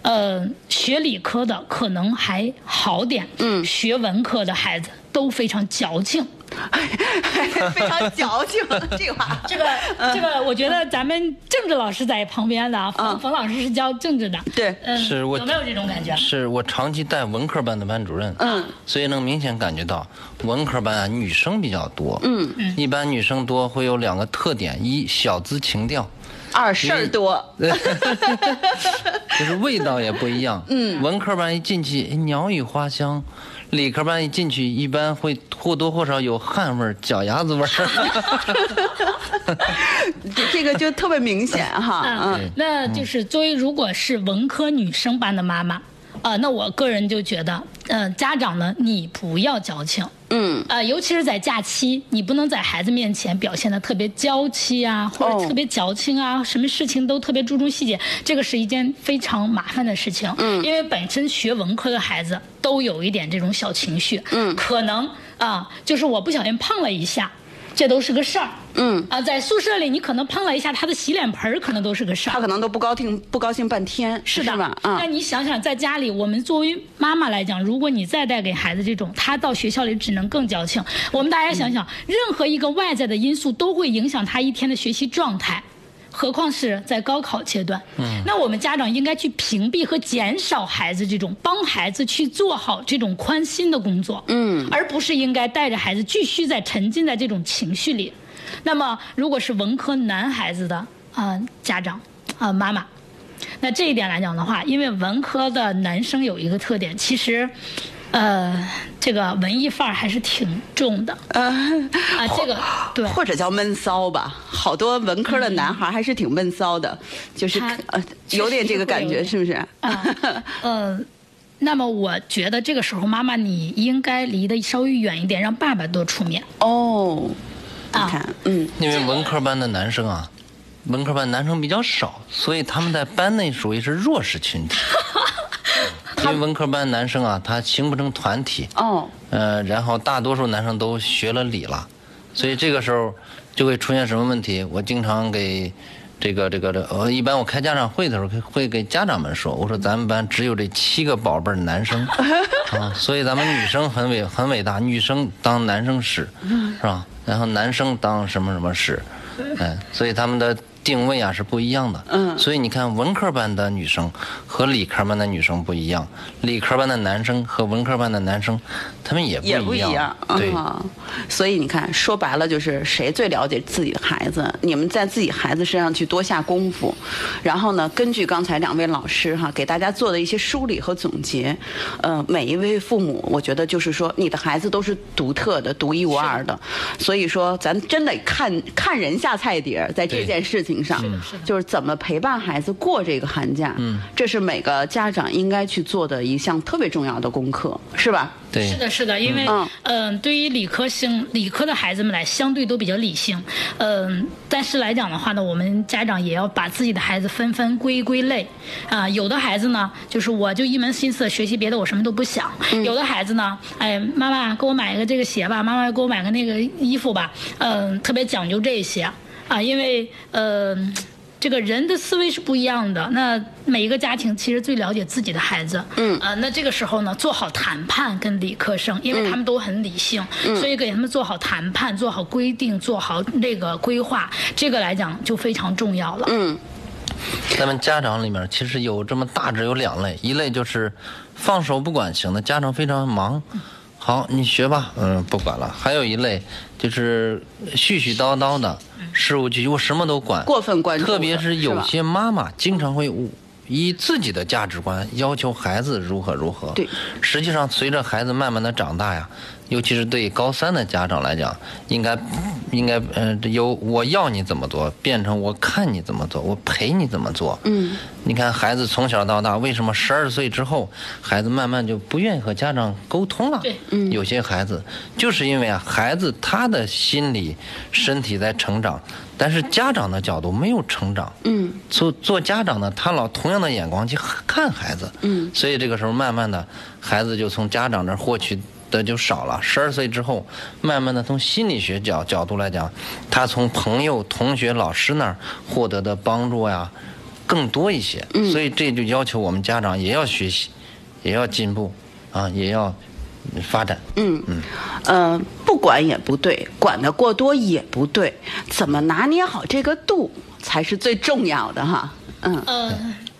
呃，学理科的可能还好点，嗯，学文科的孩子都非常矫情。
非常矫情，这话。
啊 <laughs> 这个这个，我觉得咱们政治老师在旁边的啊，
嗯
冯冯老师是教政治的，
对
嗯，
是我
有没有这种感觉”？
是我长期带文科班的班主任，
嗯，
所以能明显感觉到文科班啊女生比较多，
嗯
嗯，一般女生多会有两个特点：一小资情 <laughs> 调，
二事儿多，
就是味道也不一样。嗯，文科班一进去哎鸟语花香，理科班一进去一般会或多或少有汗味儿、脚丫子味儿。 <laughs>
这这个就特别明显哈。嗯，
嗯，那就是作为如果是文科女生班的妈妈，啊、那我个人就觉得，呃，家长呢，你不要矫情。
嗯，
呃，尤其是在假期，你不能在孩子面前表现的特别娇气啊，或
哦
者特别矫情啊，什么事情都特别注重细节，这个是一件非常麻烦的事情。嗯，因为本身学文科的孩子都有一点这种小情绪，嗯，可能啊、就是我不小心碰了一下，这都是个事儿。
嗯，
啊，在宿舍里你可能碰了一下他的洗脸盆儿，可能都是个事儿
他。可能都不高兴，不高兴半天，
是
是
的，
吧？
那
嗯，
你想想，在家里，我们作为妈妈来讲，如果你再带给孩子这种，他到学校里只能更矫情。我们大家想想，任何一个外在的因素都会影响他一天的学习状态。何况是在高考阶段，嗯，那我们家长应该去屏蔽和减少孩子这种，帮孩子去做好这种宽心的工作，嗯，而不是应该带着孩子继续在沉浸在这种情绪里。那么，如果是文科男孩子的啊、家长啊、妈妈，那这一点来讲的话，因为文科的男生有一个特点，其实，呃，这个文艺范儿还是挺重的。啊、这个对。
呃或者叫闷骚吧，好多文科的男孩还是挺闷骚的，就是
他
呃
确实
有点这个感
会
觉，
有
是不是？
啊，呃，那么我觉得这个时候妈妈你应该离得稍微远一点，让爸爸多出面。
<laughs> 哦，你
啊
看，嗯，
因为文科班的男生啊，文科班男生比较少，所以他们在班内属于是弱势群体。因为文科班男生啊，他形不成团体，
哦，
呃，然后大多数男生都学了理了，所以这个时候就会出现什么问题？我经常给这个这个这个呃，一般我开家长会的时候会会给家长们说，我说咱们班只有这七个宝贝儿男生啊，所以咱们女生很伟很伟大，女生当男生使是吧？然后男生当什么什么使，哎，所以他们的定位啊是不一样的。
嗯
所以你看文科班的女生和理科班的女生不一样，理科班的男生和文科班的男生他们也不一
也
样，
不一样，
对。
嗯，所以你看，说白了就是谁最了解自己的孩子，你们在自己孩子身上去多下功夫，然后呢，根据刚才两位老师哈给大家做的一些梳理和总结，呃，每一位父母，我觉得就是说，你的孩子都是独特的、独一无二的，所以说咱真得看看人下菜碟儿，在这
对
件事情上，就是怎么陪伴孩子过这个寒假，嗯，这是每个家长应该去做的一项特别重要的功课，是吧？
对，
是的，是的，因为
嗯
嗯、对于理科生、理科的孩子们来，相对都比较理性。嗯、但是来讲的话呢，我们家长也要把自己的孩子分分归归类啊、有的孩子呢，就是我就一门心思学习别的，我什么都不想；有的孩子呢，哎，妈妈给我买一个这个鞋吧，妈妈给我买个那个衣服吧，嗯、特别讲究这些啊，因为嗯。这个人的思维是不一样的。那每一个家庭其实最了解自己的孩子，嗯，啊，那这个时候呢，做好谈判跟理科生，因为他们都很理性，所以给他们做好谈判、做好规定、做好那个规划，这个来讲就非常重要了。
嗯。
咱们家长里面其实有这么大致有两类，一类就是放手不管型的家长非常忙，好你学吧，嗯不管了；还有一类就是絮絮叨叨的事无巨细，我什么都管，
嗯过分关注了
特别是有
吧
些妈妈经常会误以自己的价值观要求孩子如何如何。
对，
实际上随着孩子慢慢的长大呀，尤其是对高三的家长来讲，应该应该嗯、呃、由我要你怎么做变成我看你怎么做，我陪你怎么做。嗯，你看孩子从小到大，为什么十二岁之后，孩子慢慢就不愿意和家长沟通了？
对
有些孩子就是因为啊，孩子他的心理、身体在成长，但是家长的角度没有成长。嗯，做做家长的，他老同样的眼光去看孩子。嗯，所以这个时候慢慢的，孩子就从家长这儿获取。的就少了。十二岁之后，慢慢的从心理学角角度来讲，他从朋友、同学、老师那儿获得的帮助呀，更多一些。所以这就要求我们家长也要学习，也要进步，啊，也要发展。
呃，不管也不对，管得过多也不对，怎么拿捏好这个度才是最重要的哈。嗯，
呃，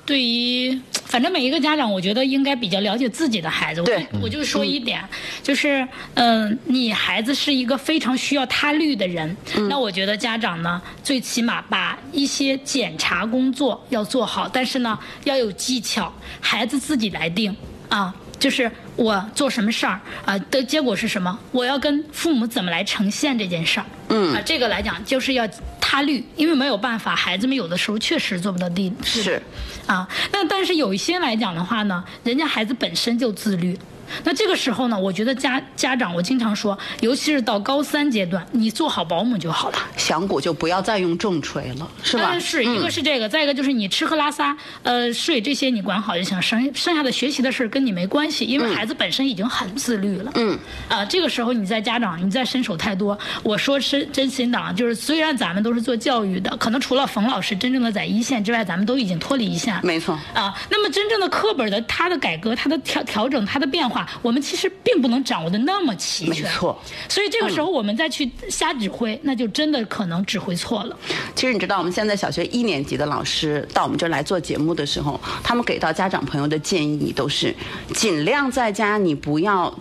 对于反正每一个家长，我觉得应该比较了解自己的孩子。我就
对嗯
我就说一点，就是嗯、呃你孩子是一个非常需要他律的人，
嗯
那我觉得家长呢，最起码把一些检查工作要做好，但是呢，要有技巧，孩子自己来定啊。就是我做什么事儿啊、的结果是什么？我要跟父母怎么来呈现这件事儿？嗯啊，这个来讲就是要他律，因为没有办法，孩子们有的时候确实做不到地
是，
啊，那但是有一些来讲的话呢，人家孩子本身就自律。那这个时候呢，我觉得家家长，我经常说，尤其是到高三阶段，你做好保姆就好了。
响鼓就不要再用重锤了，是吧嗯
但？是一个是这个，再一个就是你吃喝拉撒、呃睡这些你管好就行，剩剩下的学习的事儿跟你没关系，因
嗯
为孩子本身已经很自律了。嗯，啊，这个时候你在家长，你再伸手太多，我说是真心的啊，就是虽然咱们都是做教育的，可能除了冯老师真正的在一线之外，咱们都已经脱离一线了。
没错，
啊，那么真正的课本的它的改革、它的调调整、它的变化，我们其实并不能掌握的那么齐
没
全。
错。嗯
所以这个时候我们再去瞎指挥，那就真的可能指挥错了。
其实你知道，我们现在小学一年级的老师到我们这儿来做节目的时候，他们给到家长朋友的建议都是，尽量在家你不要。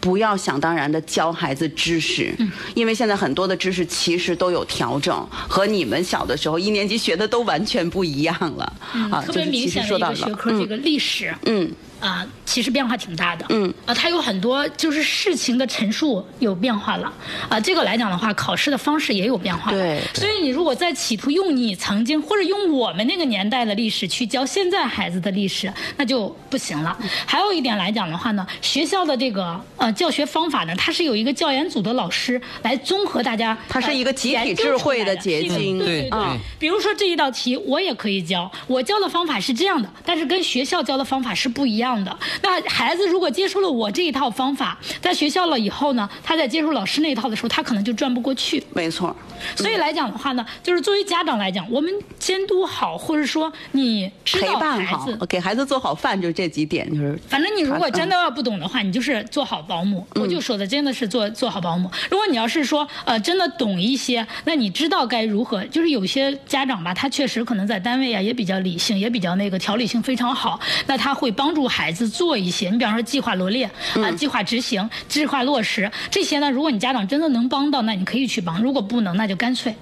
不要想当然的教孩子知识，
嗯
因为现在很多的知识其实都有调整，和你们小的时候一年级学的都完全不一样了、啊。
嗯特
就
别
是
明
其实
显的
说
一
到
个学
了
科，这个历史。
嗯，
啊，其实变化挺大的。
嗯，
啊，它有很多就是事情的陈述有变化了。啊，这个来讲的话，考试的方式也有变化了。
对
所以你如果再企图用你曾经或者用我们那个年代的历史去教现在孩子的历史，那就不行了。还有一点来讲的话呢，学校的这个呃教学方法呢，它是有一个教研组的老师来综合大家，
它是一个
呃
集体
研究
智
出
慧
来
的
的
结
是的
晶
对对对
对对
比如说这一道题，我也可以教，我教的方法是这样的，但是跟学校教的方法是不一样样的。那孩子如果接受了我这一套方法，在学校了以后呢，他在接受老师那一套的时候，他可能就转不过去。
没错，嗯
所以来讲的话呢，就是作为家长来讲，我们监督好，或者说你知
陪
道
伴
孩
好
子，，
给孩子做好饭，就这几点，就是
反正你如果真的要不懂的话，你就是做好保姆。我就说的真的是做做好保姆。如果你要是说呃真的懂一些，那你知道该如何。就是有些家长吧，他确实可能在单位啊也比较理性，也比较那个条理性非常好，那他会帮助孩子做一些。你比方说计划罗列啊、计划执行、计划落实这些呢，如果你家长真的能帮到，那你可以去帮；如果不能，那就干脆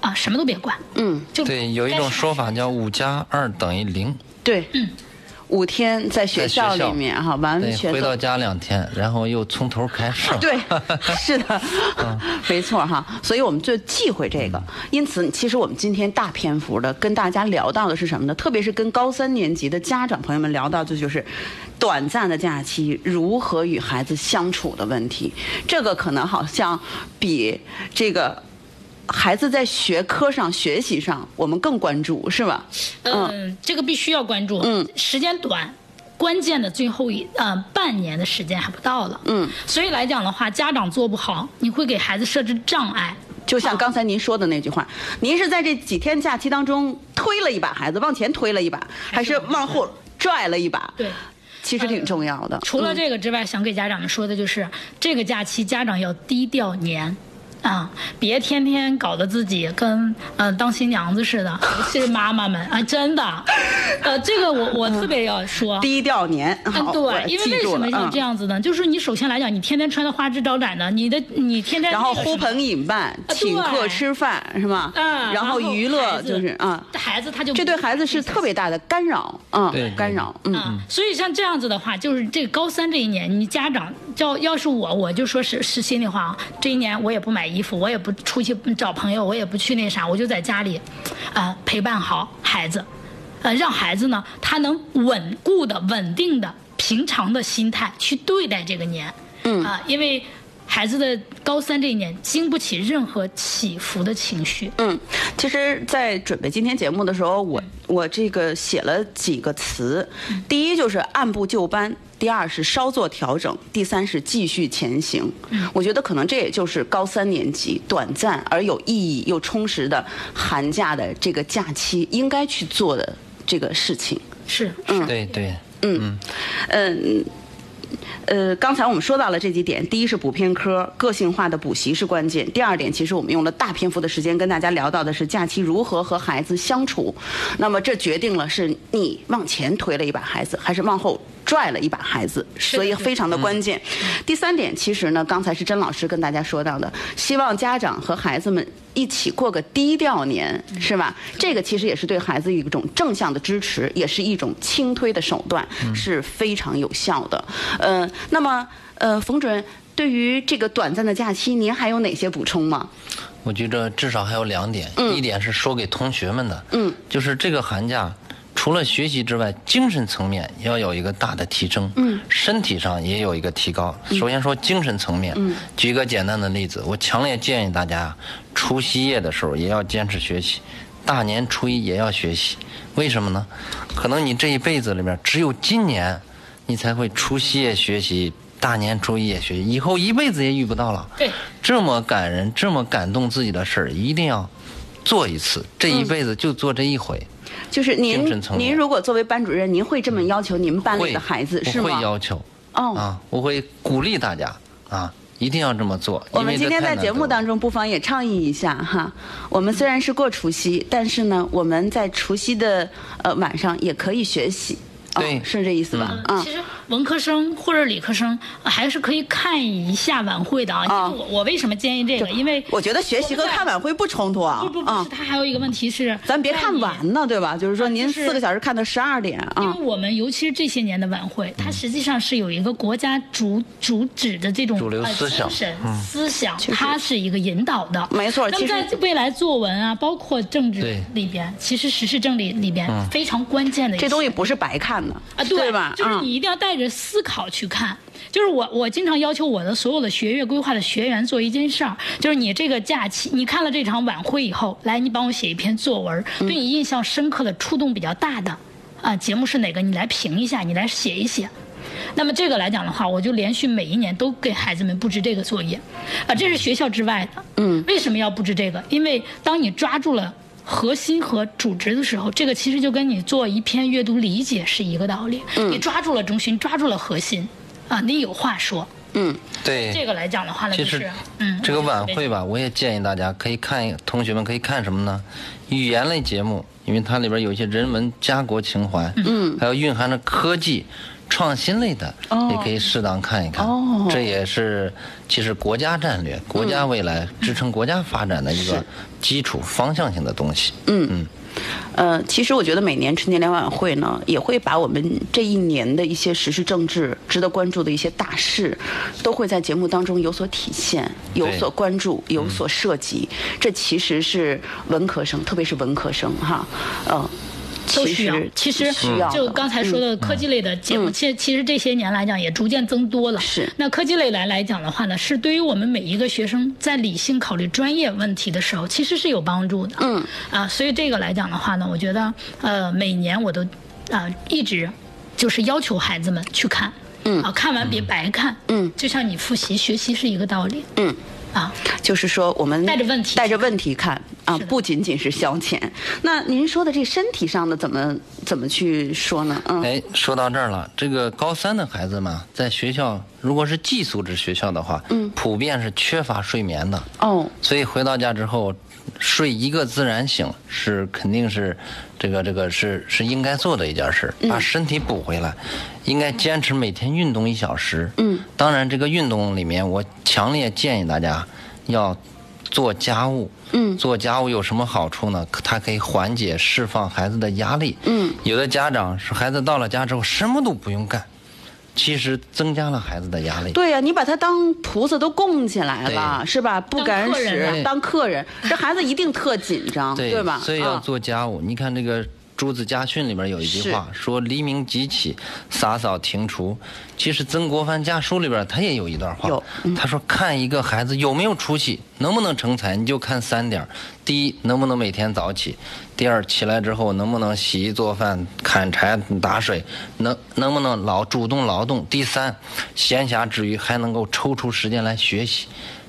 啊什么都别管。
嗯，
就
对，有一
该
种
是
说法叫五加二等于零，
对，
嗯
五天在学
在学
校里
校
面哈，完
对，
全
回
都
到家两天，然后又从头开始。
<laughs> 对，是的，没错哈。所以我们最忌讳这个。因此，其实我们今天大篇幅的跟大家聊到的是什么呢？特别是跟高三年级的家长朋友们聊到，这就是短暂的假期如何与孩子相处的问题。这个可能好像比这个。孩子在学科上、学习上，我们更关注，是吧？
嗯，这个必须要关注。
嗯，
时间短，关键的最后一呃半年的时间还不到了。
嗯，
所以来讲的话，家长做不好，你会给孩子设置障碍。
就像刚才您说的那句话，您是在这几天假期当中推了一把孩子，往前推了一把，还
还是
是往后拽了一把？
对。
其实挺重要的。嗯
除了这个之外，想给家长们说的就是，这个假期家长要低调年。啊，别天天搞得自己跟嗯、呃当新娘子似的，尤其是妈妈们啊，真的，呃，这个我我特别要说，
低调年，
嗯，
好，啊我
对，因为
记
为
住
什
了
么要
嗯
这样子呢？就是你首先来讲，你天天穿的花枝招展的，你的你天天
然后
那个
呼
什么
朋引伴，
对
请客吃饭是吧？
嗯，
然后娱乐
孩子嗯
就是啊，
孩子他就
这对孩子是特别大的干扰，嗯
对，对
干扰，嗯，
啊，所以像这样子的话，就是这个高三这一年，你家长要要是我，我就说是是心里话啊，这一年我也不买衣服，我也不出去找朋友，我也不去那啥，我就在家里，啊、陪伴好孩子，呃，让孩子呢，他能稳固的、稳定的、平常的心态去对待这个年，嗯啊、因为孩子的高三这一年经不起任何起伏的情绪，
嗯，其实，在准备今天节目的时候，我我这个写了几个词，第一就是按部就班，第二是稍作调整，第三是继续前行。我觉得可能这也就是高三年级短暂而有意义又充实的寒假的这个假期应该去做的这个事情。
是
对对，
嗯。呃，刚才我们说到了这几点，第一是补偏科，个性化的补习是关键。第二点，其实我们用了大篇幅的时间跟大家聊到的是假期如何和孩子相处。那么这决定了是你往前推了一把孩子，还是往后拽了一把孩子，
的
所以非常的嗯关键。第三点，其实呢，刚才是甄老师跟大家说到的，希望家长和孩子们一起过个低调年，是吧？这个其实也是对孩子一种正向的支持，也是一种轻推的手段，是非常有效的。呃，那么呃，冯主任。对于这个短暂的假期，您还有哪些补充吗？
我觉着至少还有两点，一点是说给同学们的，
嗯，
就是这个寒假。除了学习之外，精神层面要有一个大的提升，嗯，身体上也有一个提高。首先说精神层面，嗯，举一个简单的例子，我强烈建议大家，除夕夜的时候也要坚持学习，大年初一也要学习。为什么呢？可能你这一辈子里面，只有今年，你才会除夕夜学习，大年初一也学习，以后一辈子也遇不到了。
对。
这么感人、这么感动自己的事儿，一定要做一次，这一辈子
嗯
就做这一回。
就是您
精神层面嗯
您如果作为班主任，您会这么要求你们班里
会
的孩子是
我会
吗？
要求
哦，
啊，我会鼓励大家啊，一定要这么做。
我们今天在节目当
中，
中不妨也倡议一下哈，我们虽然是过除夕，但是呢，我们在除夕的呃晚上也可以学习，哦
对
是这意思吧？啊
其，实文科生或者理科生呃还是可以看一下晚会的啊。
啊
因为我我为什么建议这个？因为
我觉得学习和
我们在
看晚会不冲突啊
不不不
啊
是，，他还有一个问题是，
咱别看
在
晚了，对吧？就是说您
就是
四个小时看到十二点
你。因
啊
为，我们尤其是这些年的晚会，它实际上是有一个国家主主旨的这种
主流
呃
思想嗯
精神、思想
确实
它是一个引导的。
没错
那
其
么
实
在未来作文啊，包括政治
对嗯
里边，其实时事政理里边非常关键的一
这东
些
西不是白看的
啊，
对吧？
就是
啊
你一定要带着思考去看。就是我，我经常要求我的所有的学业规划的学员做一件事儿，就是你这个假期，你看了
嗯
这场晚会以后，来，你帮我写一篇作文，对你印象深刻的、触动比较大的。啊、节目是哪个，你来评一下，你来写一写。那么这个来讲的话，我就连续每一年都给孩子们布置这个作业，啊，这是学校之外的。嗯，为什么要布置这个？因为当你抓住了核心和主旨的时候，这个其实就跟你做一篇阅读理解是一个道理。嗯，你抓住了中心，抓住了核心，啊，你有话说。
对，
这个来讲的话呢，
哎其
就
实
是，嗯，
啊这个晚
我觉得
会吧，我也建议大家可以看一，同学们可以看什么呢？语言类节目，因为它里边有一些人文家国情怀，嗯，还有蕴含着科技。创新类的，也可以适当看一看，
哦
这也是其实国家战略、国家未来、支撑国家发展的一个
是
基础方向性的东西。
呃，其实我觉得每年春节联欢晚会呢，也会把我们这一年的一些时事政治、值得关注的一些大事，都会在节目当中有所体现、有
对
所关注、有所涉及。这其实是文科生，特别是文科生哈，嗯，
都
其
需要
实。
其实
需要
就
的嗯
刚才说的科技类的节目，其、其实这些年来讲也逐渐增多了。
是
那科技类来来讲的话呢，是对于我们每一个学生在理性考虑专业问题的时候，其实是有帮助的。嗯啊，所以这个来讲的话呢，我觉得呃，每年我都啊、一直就是要求孩子们去看。嗯啊，看完别白看。
嗯，
就像你复习学习是一个道理。
嗯
啊，
就是说我们
带着问题
带着问题看啊，
是的
不仅仅是消遣。那您说的这身体上的怎么怎么去说呢？嗯，
哎，说到这儿了，这个高三的孩子们啊在学校，如果是寄宿制学校的话，嗯，普遍是缺乏睡眠的。
哦，
所以回到家之后，睡一个自然醒是肯定是这个这个是是应该做的一件事，把身体补回来，应该坚持每天运动一小时。嗯，当然这个运动里面，我强烈建议大家要做家务。嗯，做家务有什么好处呢？它可以缓解释放孩子的压力。嗯，有的家长是孩子到了家之后什么都不用干，其实增加了孩子的压力。
对呀、你把他当仆子都供起来了，
对
是吧？不敢
当客人哎
使，
啊
当客人，这孩子一定特紧张，
对
吧？
所以要
啊
做家务。你看这个《朱子家训》里面有一句话说：“黎明即起，洒扫庭除。”其实《曾国藩家书》里边他也有一段话
有，
他说：“看一个孩子有没有出息，能不能成才，你就看三点儿：第一，能不能每天早起；第二，起来之后能不能洗衣做饭、砍柴打水，能能不能劳主动劳动；第三，闲暇之余还能够抽出时间来学习。”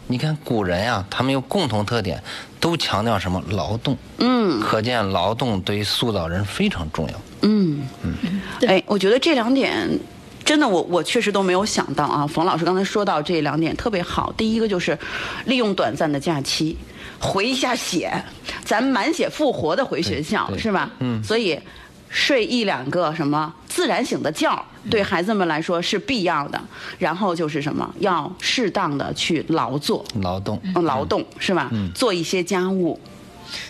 你看古人呀、他们有共同特点，都强调什么劳动。嗯，可见劳动对于塑造人非常重要。
对
哎，我觉得这两点。真的我，我确实都没有想到啊！冯老师刚才说到这两点特别好，第一个就是利用短暂的假期回一下血，咱满血复活的回学校
对对
是吧？嗯，所以睡一两个什么自然醒的觉，
嗯
对孩子们来说是必要的。然后就是什么，要适当的去劳作、
劳动，
嗯劳动是吧？
嗯
做一些家务，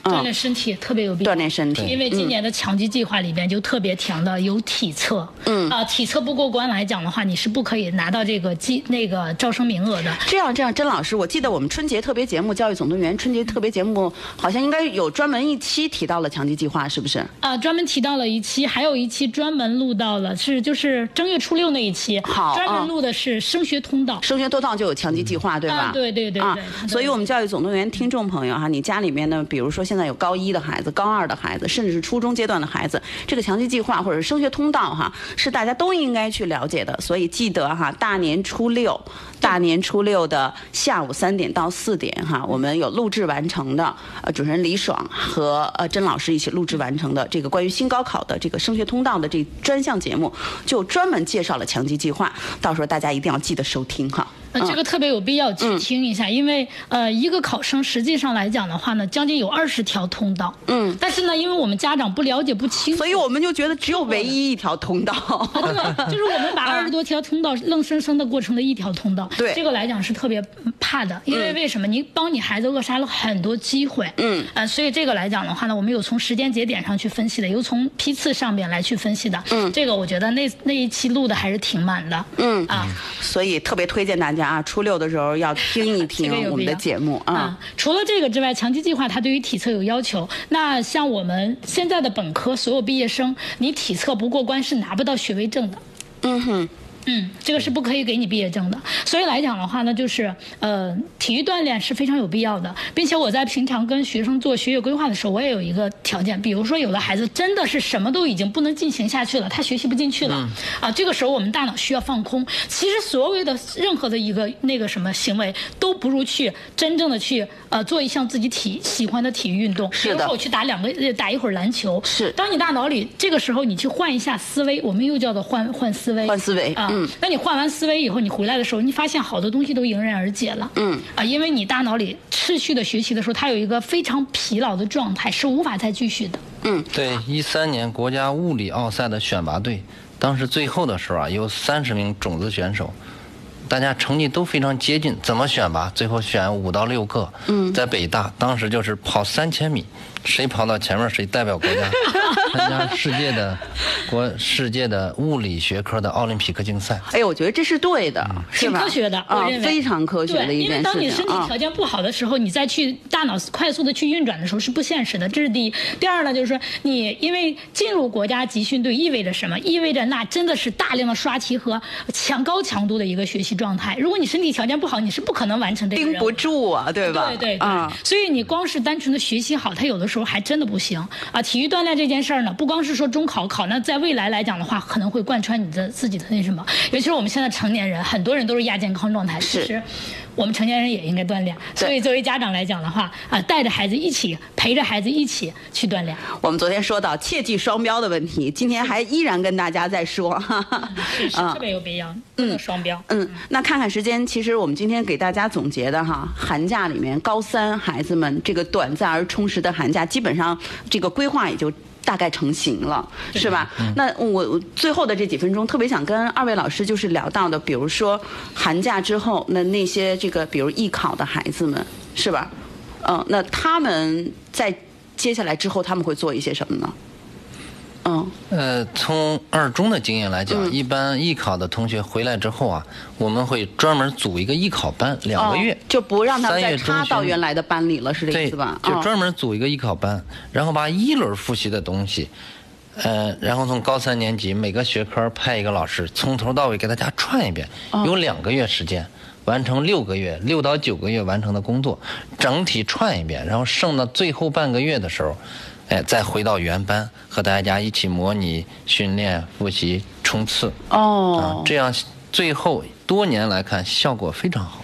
锻炼身体也特别有必
嗯
要。
锻炼身
因
体。
为今年的强基计划里边就特别强调有体测，嗯啊、体测不过关来讲的话，你是不可以拿到这个计那个招生名额的。
这样这样，甄老师，我记得我们春节特别节目《教育总动员》春节特别节目好像应该有专门一期提到了强基计划，是不是？
啊、专门提到了一期，还有一期专门录到了，是就是正月初六那一期，
好
专
啊
门录的是升学通道。
升学多道就有强基计划，对吧
啊？对对对
啊
对对
所以我们教育总动员听众朋友哈，你家里面呢，比如说现在有高一的孩子、高二的孩子，甚至是初中阶段的孩子，这个强基计划或者是升学通道哈，是大家都应该去了解的。所以记得哈，大年初六，大年初六的下午三点到四点哈，我们有录制完成的，呃，主持人李爽和呃甄老师一起录制完成的这个关于新高考的这个升学通道的这专项节目，就专门介绍了强基计划，到时候大家一定要记得收听哈。
呃，这个特别有必要
嗯
去听一下，因为呃，一个考生实际上来讲的话呢，将近有二十条通道。嗯，但是呢，因为我们家长不了解不清
<laughs>
楚，
所以我们就觉得只有唯一一条通道。
<laughs> 对，就是我们把二十多条通道愣生生的过成了一条通 <laughs> 道。
对
这个来讲是特别怕的，因为为什么？您帮你孩子扼杀了很多机会。嗯，呃，所以这个来讲的话呢，我们有从时间节点上去分析的，有从批次上面来去分析的。嗯，这个我觉得那那一期录的还是挺满的。嗯啊。
所以特别推荐大家啊，初六的时候要听一
这个有必
听
要
我们的节目
<laughs> 嗯
啊。，
除了这个之外，强基计划它对于体测有要求。那像我们现在的本科所有毕业生，你体测不过关是拿不到学位证的。嗯，这个是不可以给你毕业证的。所以来讲的话呢，就是呃，体育锻炼是非常有必要的，并且我在平常跟学生做学业规划的时候，我也有一个条件，比如说有的孩子真的是什么都已经不能进行下去了，他学习不进去了、
嗯
啊，这个时候我们大脑需要放空。其实所谓的任何的一个那个什么行为，都不如去真正的去呃做一项自己体喜欢的体育运动。
是的
比如说我去打两个呃打一会儿篮球。
是
当你大脑里这个时候你去换一下思维，我们又叫做换换思维。
换思维
啊，
嗯。
那你换完思维以后，你回来的时候，你发现好多东西都迎刃而解了。
嗯。
啊，因为你大脑里持续的学习的时候，它有一个非常疲劳的状态，是无法再继续的。
对，一三年国家物理奥赛的选拔队，当时最后的时候啊，有三十名种子选手，大家成绩都非常接近，怎么选拔？最后选五到六个。嗯，在北大当时就是跑三千米，谁跑到前面谁代表国家参加世界的国世界的物理学科的奥林匹克竞赛。
哎，我觉得这是对的，是
嗯挺
吧？
科学的，
啊
我认，为
非常科学的
对
一件
因为当你
事
身
情
体
啊
条。件不好的时候，你再去大脑快速的去运转的时候是不现实的，这是第一。第二呢，就是说你因为进入国家集训队意味着什么？意味着那真的是大量的刷题和强高强度的一个学习状态。如果你身体条件不好，你是不可能完成这个
盯
任务
不住啊，对吧？
对对对，
啊，
所以你光是单纯的学习好，它有的时候还真的不行啊。体育锻炼这件事儿呢，不光是说中考考，那在未来来讲的话，可能会贯穿你的自己的那什么，尤其是我们现在成年人，很多人都是亚健康状态，
是
其实我们成年人也应该锻炼。所以作为家长来讲的话，啊，带着孩子一起，陪着孩子一起去锻炼。
我们昨天说到切记双标的问题，今天还依然跟大家在说，哈哈。
是是，特别有必要，不能双标。
嗯，那看看时间，其实我们今天给大家总结的哈，寒假里面高三孩子们这个短暂而充实的寒假，基本上这个规划也就。大概成型了，是吧？那我我最后的这几分钟，特别想跟二位老师就是聊到的，比如说寒假之后，那那些这个比如艺考的孩子们，是吧？嗯、那他们在接下来之后，他们会做一些什么呢？嗯，
呃，从二中的经验来讲，一般艺考的同学回来之后啊，我们会专门组一个艺考班，两个月。
哦就不让他们
三
再
月中
插到
旬
原来的班里了，是这
对，
意思吧？
就
哦
专门组一个艺考班，然后把一轮复习的东西，呃，然后从高三年级每个学科派一个老师，从头到尾给大家串一遍，
哦
有两个月时间。完成六个月，六到九个月完成的工作，整体串一遍，然后剩到最后半个月的时候，哎，再回到原班，和大家一起模拟、训练、复习、冲刺啊
哦，，
这样最后多年来看效果非常好。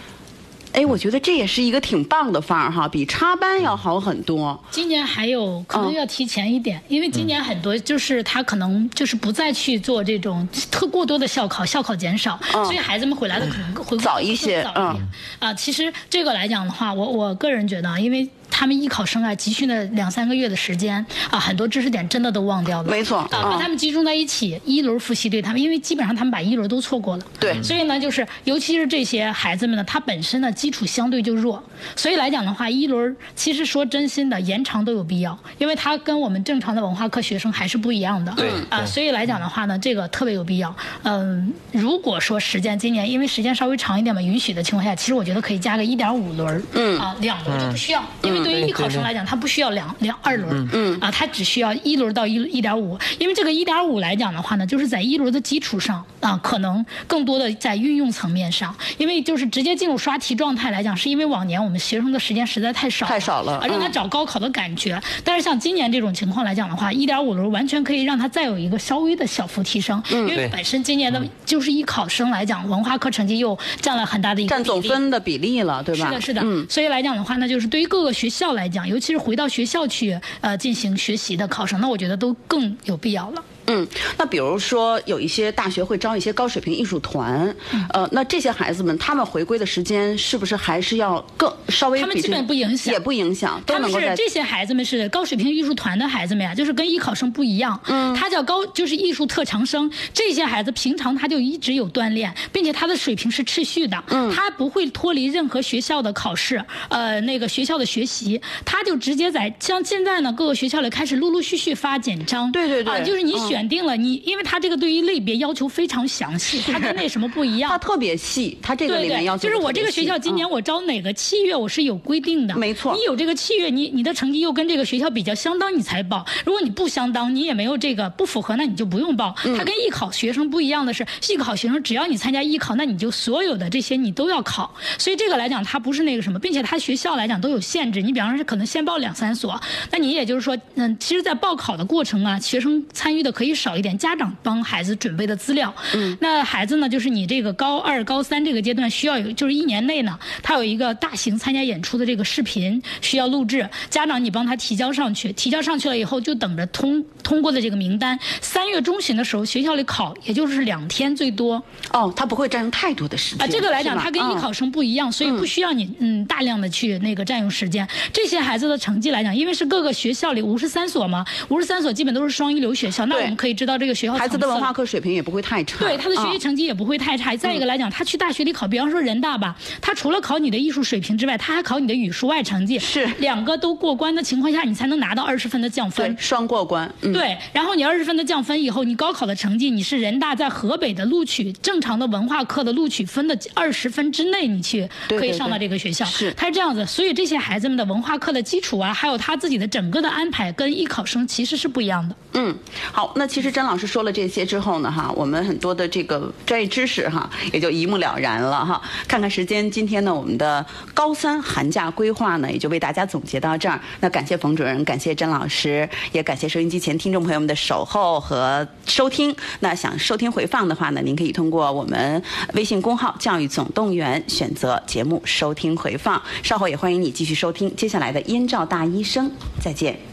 哎，
嗯
我觉得这也是一个挺棒的范儿哈，比插班要好很多。
今年还有可
嗯
能要提前一点，因为今年很多就是他可能就是不再去做这种特过多的校考，校考减少，
嗯
所以孩子们回来的可能回
早一些
早一点
嗯
啊。其实这个来讲的话，我我个人觉得，啊，因为他们艺考生啊，集训的两三个月的时间啊，很多知识点真的都忘掉了。
没错
啊，
嗯
把他们集中在一起，一轮复习对他们，因为基本上他们把一轮都错过了。
对
所以呢，就是尤其是这些孩子们呢，他本身呢基础相对就弱，所以来讲的话，一轮儿其实说真心的，延长都有必要，因为他跟我们正常的文化课学生还是不一样的。
对
啊、
对
所以来讲的话呢，这个特别有必要。嗯，如果说时间今年因为时间稍微长一点嘛，允许的情况下，其实我觉得可以加个一点五轮儿，嗯啊，两轮儿就不需要，因为对于艺考生来讲，他不需要两两二轮儿，嗯啊，他只需要一轮儿到一一点五，因为这个一点五来讲的话呢，就是在一轮的基础上啊，可能更多的在运用层面上，因为就是直接进入刷题状态来讲，是因为往年我们学生的时间实在太少
太少了
啊，让他
嗯
找高考的感觉。但是像今年这种情况来讲的话，一点五轮完全可以让他再有一个稍微的小幅提升，
嗯
因为
对
本身今年的就是以考生来讲，文化课成绩又占了很大的一个
占
比
总
例
分的比例了，对吧？
是的，是的。
嗯，
所以来讲的话呢，就是对于各个学校来讲，尤其是回到学校去呃进行学习的考生，那我觉得都更有必要了。
嗯。那比如说，有一些大学会招一些高水平艺术团，
嗯
呃，那这些孩子们他们回归的时间是不是还是要更稍微比这？
他们基本不影响
也不影响，都
他们
能够
是
在
这些孩子们是高水平艺术团的孩子们呀，就是跟艺考生不一样。嗯，他叫高，就是艺术特长生。这些孩子平常他就一直有锻炼，并且他的水平是持续的。嗯，他不会脱离任何学校的考试，呃，那个学校的学习，他就直接在像现在呢，各个学校里开始陆陆续续发简章。
对对对
啊，就是你
嗯
选。选定了你，因为它这个对于类别要求非常详细，它跟那什么不一样
<laughs> 它。特别细，它这个
对
里面
对
要，求
就是
特
我
别
这个学
细
校今年
嗯
我招哪个器乐，我是有规定的。
没错
你有这个器乐，你你的成绩又跟这个学校比较相当，你才报。如果你不相当，你也没有这个不符合，那你就不用报。
嗯
它跟艺考学生不一样的是，艺考学生只要你参加艺考，那你就所有的这些你都要考。所以这个来讲，它不是那个什么，并且它学校来讲都有限制。你比方说，可能先报两三所，那你也就是说，嗯，其实，在报考的过程啊，学生参与的可以少一点，家长帮孩子准备的资料。嗯，那孩子呢，就是你这个高二、高三这个阶段需要有，就是一年内呢，他有一个大型参加演出的这个视频需要录制，家长你帮他提交上去，提交上去了以后就等着通通过的这个名单。三月中旬的时候，学校里考，也就是两天最多。
哦，它不会占用太多的时间
啊，这个来
是
讲，
吧
它跟艺
嗯
考生不一样，所以不需要你嗯大量的去那个占用时间。这些孩子的成绩来讲，因为是各个学校里五十三所嘛，五十三所基本都是双一流学校，那
对
我们可以知道这个学校
孩子的
层次
文化
了。
课水平也不会太差，
对他的学习
嗯
成绩也不会太差。再一个来讲，他去大学里考，比方说人大吧，他除了考你的艺术水平之外，他还考你的语数外成绩，
是
两个都过关的情况下，你才能拿到二十分的降分
对。双过关，嗯，
对，然后你二十分的降分以后，你高考的成绩你是人大在河北的录取正常的文化课的录取分的二十分之内，你去
对
可以
对
上到
对
这个学校。
是
它是这样子，所以这些孩子们的文化课的基础啊，还有他自己的整个的安排跟艺考生其实是不一样的。
嗯，好，那其实甄老师说了这些之后呢，哈，我们很多的这个专业知识哈，也就一目了然了哈。看看时间，今天呢，我们的高三寒假规划呢，也就为大家总结到这儿。那感谢冯主任，感谢甄老师，也感谢收音机前听众朋友们的守候和收听。那想收听回放的话呢，您可以通过我们微信公号“教育总动员”选择节目收听回放。稍后也欢迎你继续收听接下来的《燕赵大医生》，再见。